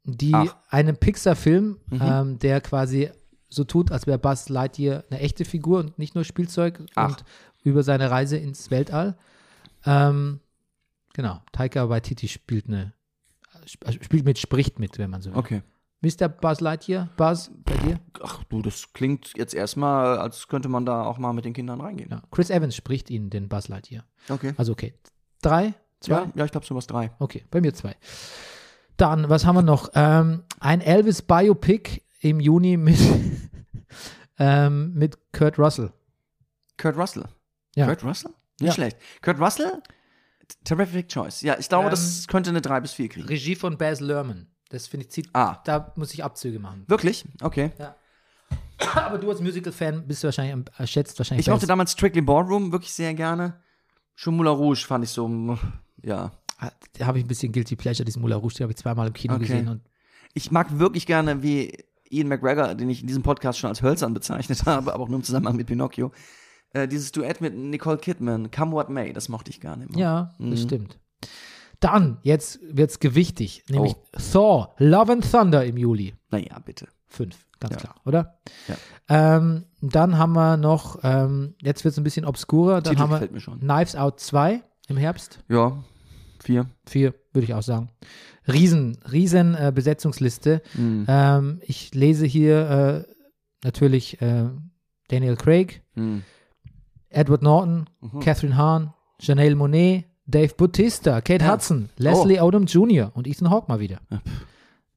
Speaker 1: die
Speaker 2: Ach. Mhm.
Speaker 1: einen Pixar-Film, ähm, der quasi so tut, als wäre Buzz Lightyear eine echte Figur und nicht nur Spielzeug
Speaker 2: Ach.
Speaker 1: und über seine Reise ins Weltall. Ähm, genau, Taika Waititi spielt eine sp- spielt mit, spricht mit, wenn man so will.
Speaker 2: Okay.
Speaker 1: Mr. Buzz Lightyear, Buzz, bei dir?
Speaker 2: Ach du, das klingt jetzt erstmal, als könnte man da auch mal mit den Kindern reingehen.
Speaker 1: Ja. Chris Evans spricht ihn, den Buzz Lightyear.
Speaker 2: Okay.
Speaker 1: Also okay, drei, zwei?
Speaker 2: Ja, ja ich glaube, sowas drei.
Speaker 1: Okay, bei mir zwei. Dann, was haben wir noch? Ähm, ein Elvis Biopic im Juni mit, ähm, mit Kurt Russell.
Speaker 2: Kurt Russell.
Speaker 1: Ja.
Speaker 2: Kurt Russell? Nicht
Speaker 1: Ja.
Speaker 2: schlecht. Kurt Russell? Terrific Choice. Ja, ich glaube,
Speaker 1: Ähm,
Speaker 2: das könnte eine 3 bis 4 kriegen.
Speaker 1: Regie von Baz Luhrmann. Das finde ich, zieht,
Speaker 2: Ah.
Speaker 1: da muss ich Abzüge machen.
Speaker 2: Wirklich? Okay.
Speaker 1: Aber du als Musical-Fan bist du wahrscheinlich, am- äh, schätzt wahrscheinlich
Speaker 2: Ich mochte
Speaker 1: Baz.
Speaker 2: damals Strictly Ballroom wirklich sehr gerne. Schon Moulin Rouge fand ich so, mm, ja.
Speaker 1: Ah, Da habe ich ein bisschen Guilty Pleasure, diesen Moulin Rouge, den habe ich zweimal im Kino
Speaker 2: Okay.
Speaker 1: gesehen. Und
Speaker 2: Ich mag wirklich gerne, wie Ian McGregor, den ich in diesem Podcast schon als Hölzern bezeichnet habe, aber auch nur im Zusammenhang mit Pinocchio, äh, dieses Duett mit Nicole Kidman, Come What May, das mochte ich gerne immer.
Speaker 1: ja, das stimmt. Dann, jetzt wird es gewichtig, nämlich
Speaker 2: Oh.
Speaker 1: Thor, Love and Thunder im Juli.
Speaker 2: Naja, bitte.
Speaker 1: Fünf, ganz
Speaker 2: Ja.
Speaker 1: klar, oder?
Speaker 2: Ja.
Speaker 1: Ähm, dann haben wir noch, ähm, jetzt wird es ein bisschen obskurer, dann
Speaker 2: Titel
Speaker 1: haben wir
Speaker 2: gefällt mir schon.
Speaker 1: Knives Out 2 im Herbst.
Speaker 2: Ja, vier.
Speaker 1: Vier, würde ich auch sagen. Riesen, riesen äh, Besetzungsliste.
Speaker 2: Mhm.
Speaker 1: Ähm, ich lese hier äh, natürlich äh, Daniel Craig,
Speaker 2: Mhm.
Speaker 1: Edward Norton, Catherine Hahn, Janelle Monet, Dave Bautista, Kate
Speaker 2: Ja. Oh.
Speaker 1: Hudson, Leslie Odom Jr. und Ethan Hawke mal wieder.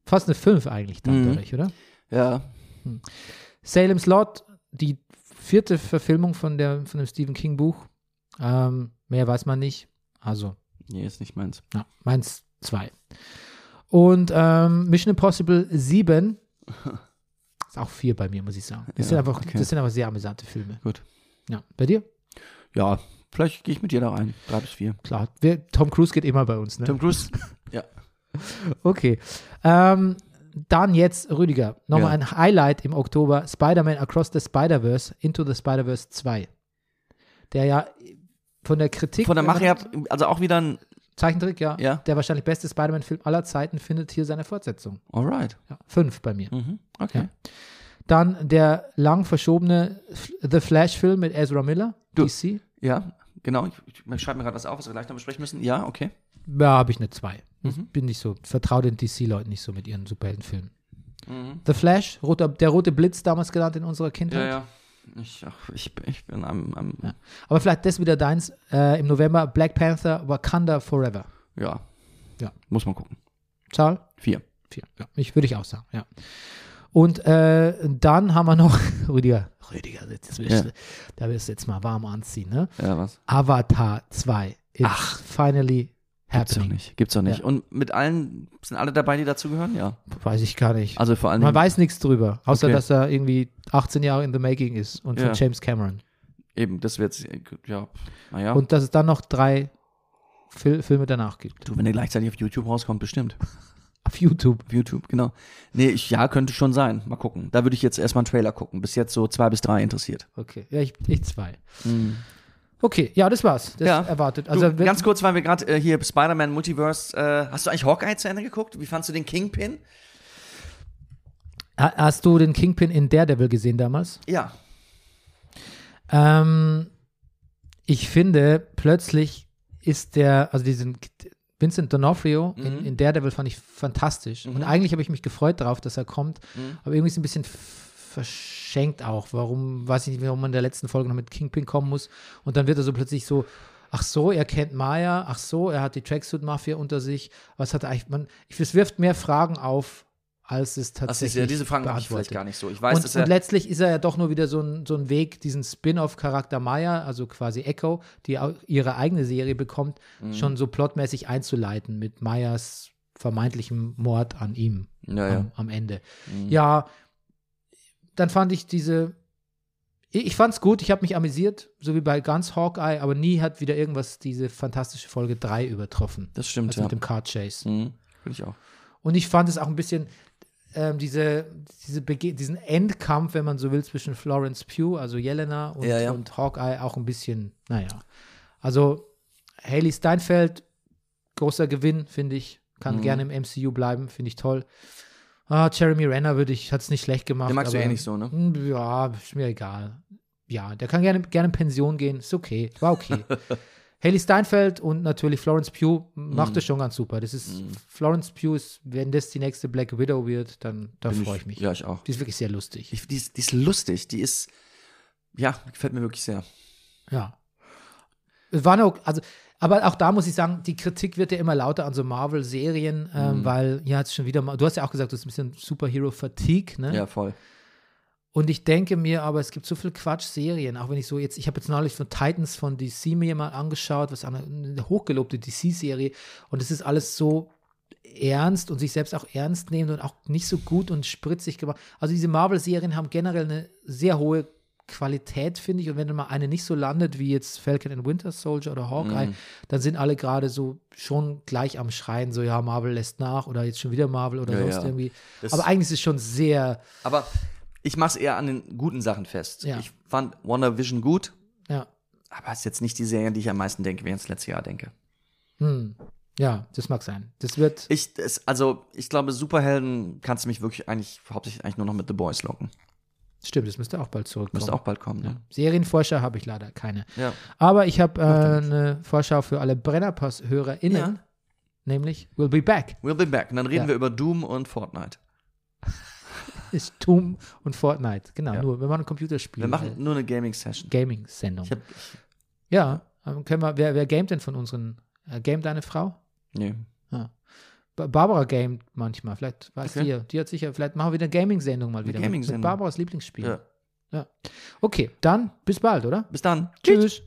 Speaker 1: Fast eine Fünf eigentlich dann
Speaker 2: Mhm.
Speaker 1: dadurch, oder?
Speaker 2: Ja,
Speaker 1: Salem's Lot, die vierte Verfilmung von, der, von dem Stephen King Buch. Ähm, mehr weiß man nicht. Also,
Speaker 2: nee, ist nicht meins.
Speaker 1: ja, meins zwei. Und ähm, Mission Impossible 7 ist auch vier bei mir, muss ich sagen. Das,
Speaker 2: Ja,
Speaker 1: sind, einfach,
Speaker 2: okay.
Speaker 1: das sind aber sehr amüsante Filme.
Speaker 2: Gut.
Speaker 1: Ja, bei dir?
Speaker 2: Ja, vielleicht gehe ich mit dir da rein. Drei bis vier.
Speaker 1: Klar, wir, Tom Cruise geht immer bei uns. Ne?
Speaker 2: Tom Cruise? ja.
Speaker 1: Okay. Ähm, dann jetzt, Rüdiger, nochmal ein Highlight im Oktober: Spider-Man Across the Spider-Verse, Into the Spider-Verse 2. Der ja von der Kritik.
Speaker 2: Von der Mache
Speaker 1: her
Speaker 2: her, also auch wieder ein
Speaker 1: Zeichentrick, ja.
Speaker 2: Ja.
Speaker 1: Der wahrscheinlich beste Spider-Man-Film aller Zeiten findet hier seine Fortsetzung.
Speaker 2: Alright.
Speaker 1: Ja, fünf bei mir.
Speaker 2: Mhm. Okay.
Speaker 1: Ja. Dann der lang verschobene F- The Flash-Film mit Ezra Miller,
Speaker 2: Du.
Speaker 1: DC.
Speaker 2: Ja, genau. Ich, ich, ich schreibe mir gerade was auf, was wir gleich noch besprechen müssen. Ja, okay.
Speaker 1: Da habe ich eine zwei.
Speaker 2: Mhm.
Speaker 1: Ich bin nicht so, vertraue den DC-Leuten nicht so mit ihren Superheldenfilmen. The Flash, roter, der rote Blitz damals genannt in unserer Kindheit.
Speaker 2: Mhm. ja. Ich, ach, ich, bin- ich bin am, am ja.
Speaker 1: Aber vielleicht das wieder deins äh, im November: Black Panther, Wakanda Forever. Ja.
Speaker 2: Muss man gucken.
Speaker 1: Charles?
Speaker 2: Vier.
Speaker 1: Vier. Ja, ich würde ich auch sagen, ja. Und äh, dann haben wir noch Rüdiger. Rüdiger, jetzt, jetzt willst,
Speaker 2: Ja.
Speaker 1: du, da wirst du jetzt mal warm anziehen, ne?
Speaker 2: Ja, was?
Speaker 1: Avatar 2. It's
Speaker 2: Ach.
Speaker 1: Finally
Speaker 2: Gibt's doch
Speaker 1: happening.
Speaker 2: nicht. Gibt's doch nicht.
Speaker 1: Ja.
Speaker 2: Und mit allen, sind alle dabei, die dazugehören? Ja.
Speaker 1: Weiß ich gar nicht.
Speaker 2: Also vor allem.
Speaker 1: Man weiß nichts drüber, außer
Speaker 2: Okay.
Speaker 1: dass er irgendwie 18 Jahre in the making ist und
Speaker 2: Ja.
Speaker 1: von James Cameron.
Speaker 2: Eben, das wird's. äh, Ja. Naja.
Speaker 1: Und dass es dann noch drei Fil Filme danach gibt.
Speaker 2: du, wenn der gleichzeitig auf YouTube rauskommt, bestimmt.
Speaker 1: Auf YouTube.
Speaker 2: Auf YouTube, genau. Nee, ich, ja, könnte schon sein. Mal gucken. Da würde ich jetzt erstmal einen Trailer gucken. Bis jetzt so zwei bis drei interessiert.
Speaker 1: Okay. Ja, ich, ich zwei.
Speaker 2: Mhm.
Speaker 1: Okay, ja, das war's. Das
Speaker 2: Ja.
Speaker 1: erwartet.
Speaker 2: Also
Speaker 1: Also
Speaker 2: du,
Speaker 1: wenn-
Speaker 2: ganz kurz, weil wir gerade äh, hier Spider-Man Multiverse. Äh, hast du eigentlich Hawkeye zu Ende geguckt? Wie fandst du den Kingpin?
Speaker 1: Ha- Hast du den Kingpin in Daredevil gesehen damals?
Speaker 2: Ja.
Speaker 1: Ähm, ich finde, plötzlich ist der, also diesen Vincent D'Onofrio
Speaker 2: Mhm.
Speaker 1: in, in Daredevil fand ich fantastisch. Und eigentlich habe ich mich gefreut darauf, dass er kommt.
Speaker 2: Hm.
Speaker 1: Aber irgendwie ist ein bisschen f- verschenkt auch. Warum, weiß ich nicht, warum man in der letzten Folge noch mit Kingpin kommen muss. Und dann wird er so plötzlich so, ach so, er kennt Maya, ach so, er hat die Tracksuit-Mafia unter sich. Was hat er eigentlich, man, ich, es wirft mehr Fragen auf, als es
Speaker 2: Das
Speaker 1: tatsächlich
Speaker 2: ist ja, diese Fragen mache ich vielleicht
Speaker 1: beantwortet
Speaker 2: gar nicht so. Ich weiß,
Speaker 1: und,
Speaker 2: dass
Speaker 1: und
Speaker 2: er.
Speaker 1: letztlich ist er ja doch nur wieder so ein, so ein Weg, diesen Spin-off-Charakter Maya, also quasi Echo, die au- ihre eigene Serie bekommt,
Speaker 2: Hm. Mhm.
Speaker 1: schon so plotmäßig einzuleiten mit Mayas vermeintlichem Mord an ihm
Speaker 2: Ja, Hm. ja.
Speaker 1: am, am Ende. Hm. Ja, dann fand ich diese. Ich, ich fand's gut, ich habe mich amüsiert, so wie bei ganz Hawkeye, aber nie hat wieder irgendwas diese fantastische Folge 3 übertroffen.
Speaker 2: Das stimmt,
Speaker 1: also
Speaker 2: ja.
Speaker 1: mit dem Car Chase.
Speaker 2: Mhm. Finde ich auch.
Speaker 1: Und ich fand es auch ein bisschen ähm, diese, diese Bege diesen Endkampf, wenn man so will, zwischen Florence Pugh, also Jelena und,
Speaker 2: Ja, ja.
Speaker 1: und Hawkeye auch ein bisschen, naja. Also Haley Steinfeld, großer Gewinn, finde ich. Kann
Speaker 2: Mhm.
Speaker 1: gerne im MCU bleiben, finde ich toll. Ah, Jeremy Renner würde ich, hat es nicht schlecht gemacht.
Speaker 2: Den magst du
Speaker 1: aber-
Speaker 2: eh nicht so, ne?
Speaker 1: Mm, Ja, ist mir egal. Ja, der kann gerne, gerne in Pension gehen, ist okay, war okay. Haley Steinfeld und natürlich Florence Pugh
Speaker 2: Mhm.
Speaker 1: macht es schon ganz super. Das ist Florence Pugh ist, wenn das die nächste Black Widow wird, dann da
Speaker 2: Bin
Speaker 1: freue ich mich.
Speaker 2: Ja, ich auch.
Speaker 1: Die ist wirklich sehr lustig.
Speaker 2: Ich, die, ist, die ist lustig. Die ist. Ja, gefällt mir wirklich sehr.
Speaker 1: ja. Es war noch, also, aber auch da muss ich sagen, die Kritik wird ja immer lauter an so Marvel-Serien,
Speaker 2: Mhm.
Speaker 1: ähm, weil ja jetzt schon wieder mal, du hast ja auch gesagt, du hast ein bisschen Superhero-Fatigue, ne?
Speaker 2: Ja, voll.
Speaker 1: Und ich denke mir, aber es gibt so viel Quatsch-Serien, auch wenn ich so jetzt, ich habe jetzt neulich von Titans von DC mir mal angeschaut, was eine, eine hochgelobte DC-Serie und es ist alles so ernst und sich selbst auch ernst nehmend und auch nicht so gut und spritzig gemacht. Also diese Marvel-Serien haben generell eine sehr hohe Qualität, finde ich, und wenn dann mal eine nicht so landet wie jetzt Falcon and Winter Soldier oder Hawkeye,
Speaker 2: Mhm.
Speaker 1: dann sind alle gerade so schon gleich am Schreien, so ja, Marvel lässt nach oder jetzt schon wieder Marvel oder
Speaker 2: Ja,
Speaker 1: sonst
Speaker 2: ja.
Speaker 1: irgendwie.
Speaker 2: Das-
Speaker 1: Aber eigentlich ist es schon sehr,
Speaker 2: Aber ich mach's eher an den guten Sachen fest.
Speaker 1: Ja.
Speaker 2: Ich fand Wonder Vision gut,
Speaker 1: ja.
Speaker 2: aber ist jetzt nicht die Serie, an die ich am meisten denke, wenn ich ans letzte Jahr denke.
Speaker 1: Hm. Ja, das mag sein. Das wird.
Speaker 2: Ich, es, also, ich glaube, Superhelden kannst du mich wirklich eigentlich hauptsächlich eigentlich nur noch mit The Boys locken.
Speaker 1: Stimmt, das müsste auch bald zurückkommen.
Speaker 2: Müsste auch bald kommen, ne?
Speaker 1: Serienvorschau habe ich leider keine.
Speaker 2: Ja.
Speaker 1: Aber ich habe äh, eine Vorschau für alle Brennerpass-HörerInnen,
Speaker 2: Ja.
Speaker 1: nämlich We'll Be Back.
Speaker 2: We'll be back. Und dann reden
Speaker 1: Ja.
Speaker 2: wir über Doom und Fortnite.
Speaker 1: Ist Doom und Fortnite. Genau,
Speaker 2: Ja.
Speaker 1: nur wenn man ein Computerspiel
Speaker 2: Wir machen nur eine Gaming-Session.
Speaker 1: Gaming-Sendung.
Speaker 2: Ich hab-
Speaker 1: Ja, ähm, können wir, wer, wer gamet denn von unseren? Äh, gamet deine Frau?
Speaker 2: Nee.
Speaker 1: Ba- Barbara gamet manchmal, vielleicht weiß
Speaker 2: Okay.
Speaker 1: die, die hat sicher, vielleicht machen wir wieder eine Gaming-Sendung mal wieder. mit-
Speaker 2: Gaming-Sendung.
Speaker 1: Mit Barbaras Lieblingsspiel.
Speaker 2: Ja.
Speaker 1: Okay, dann bis bald, oder?
Speaker 2: Bis dann.
Speaker 1: Tschüss.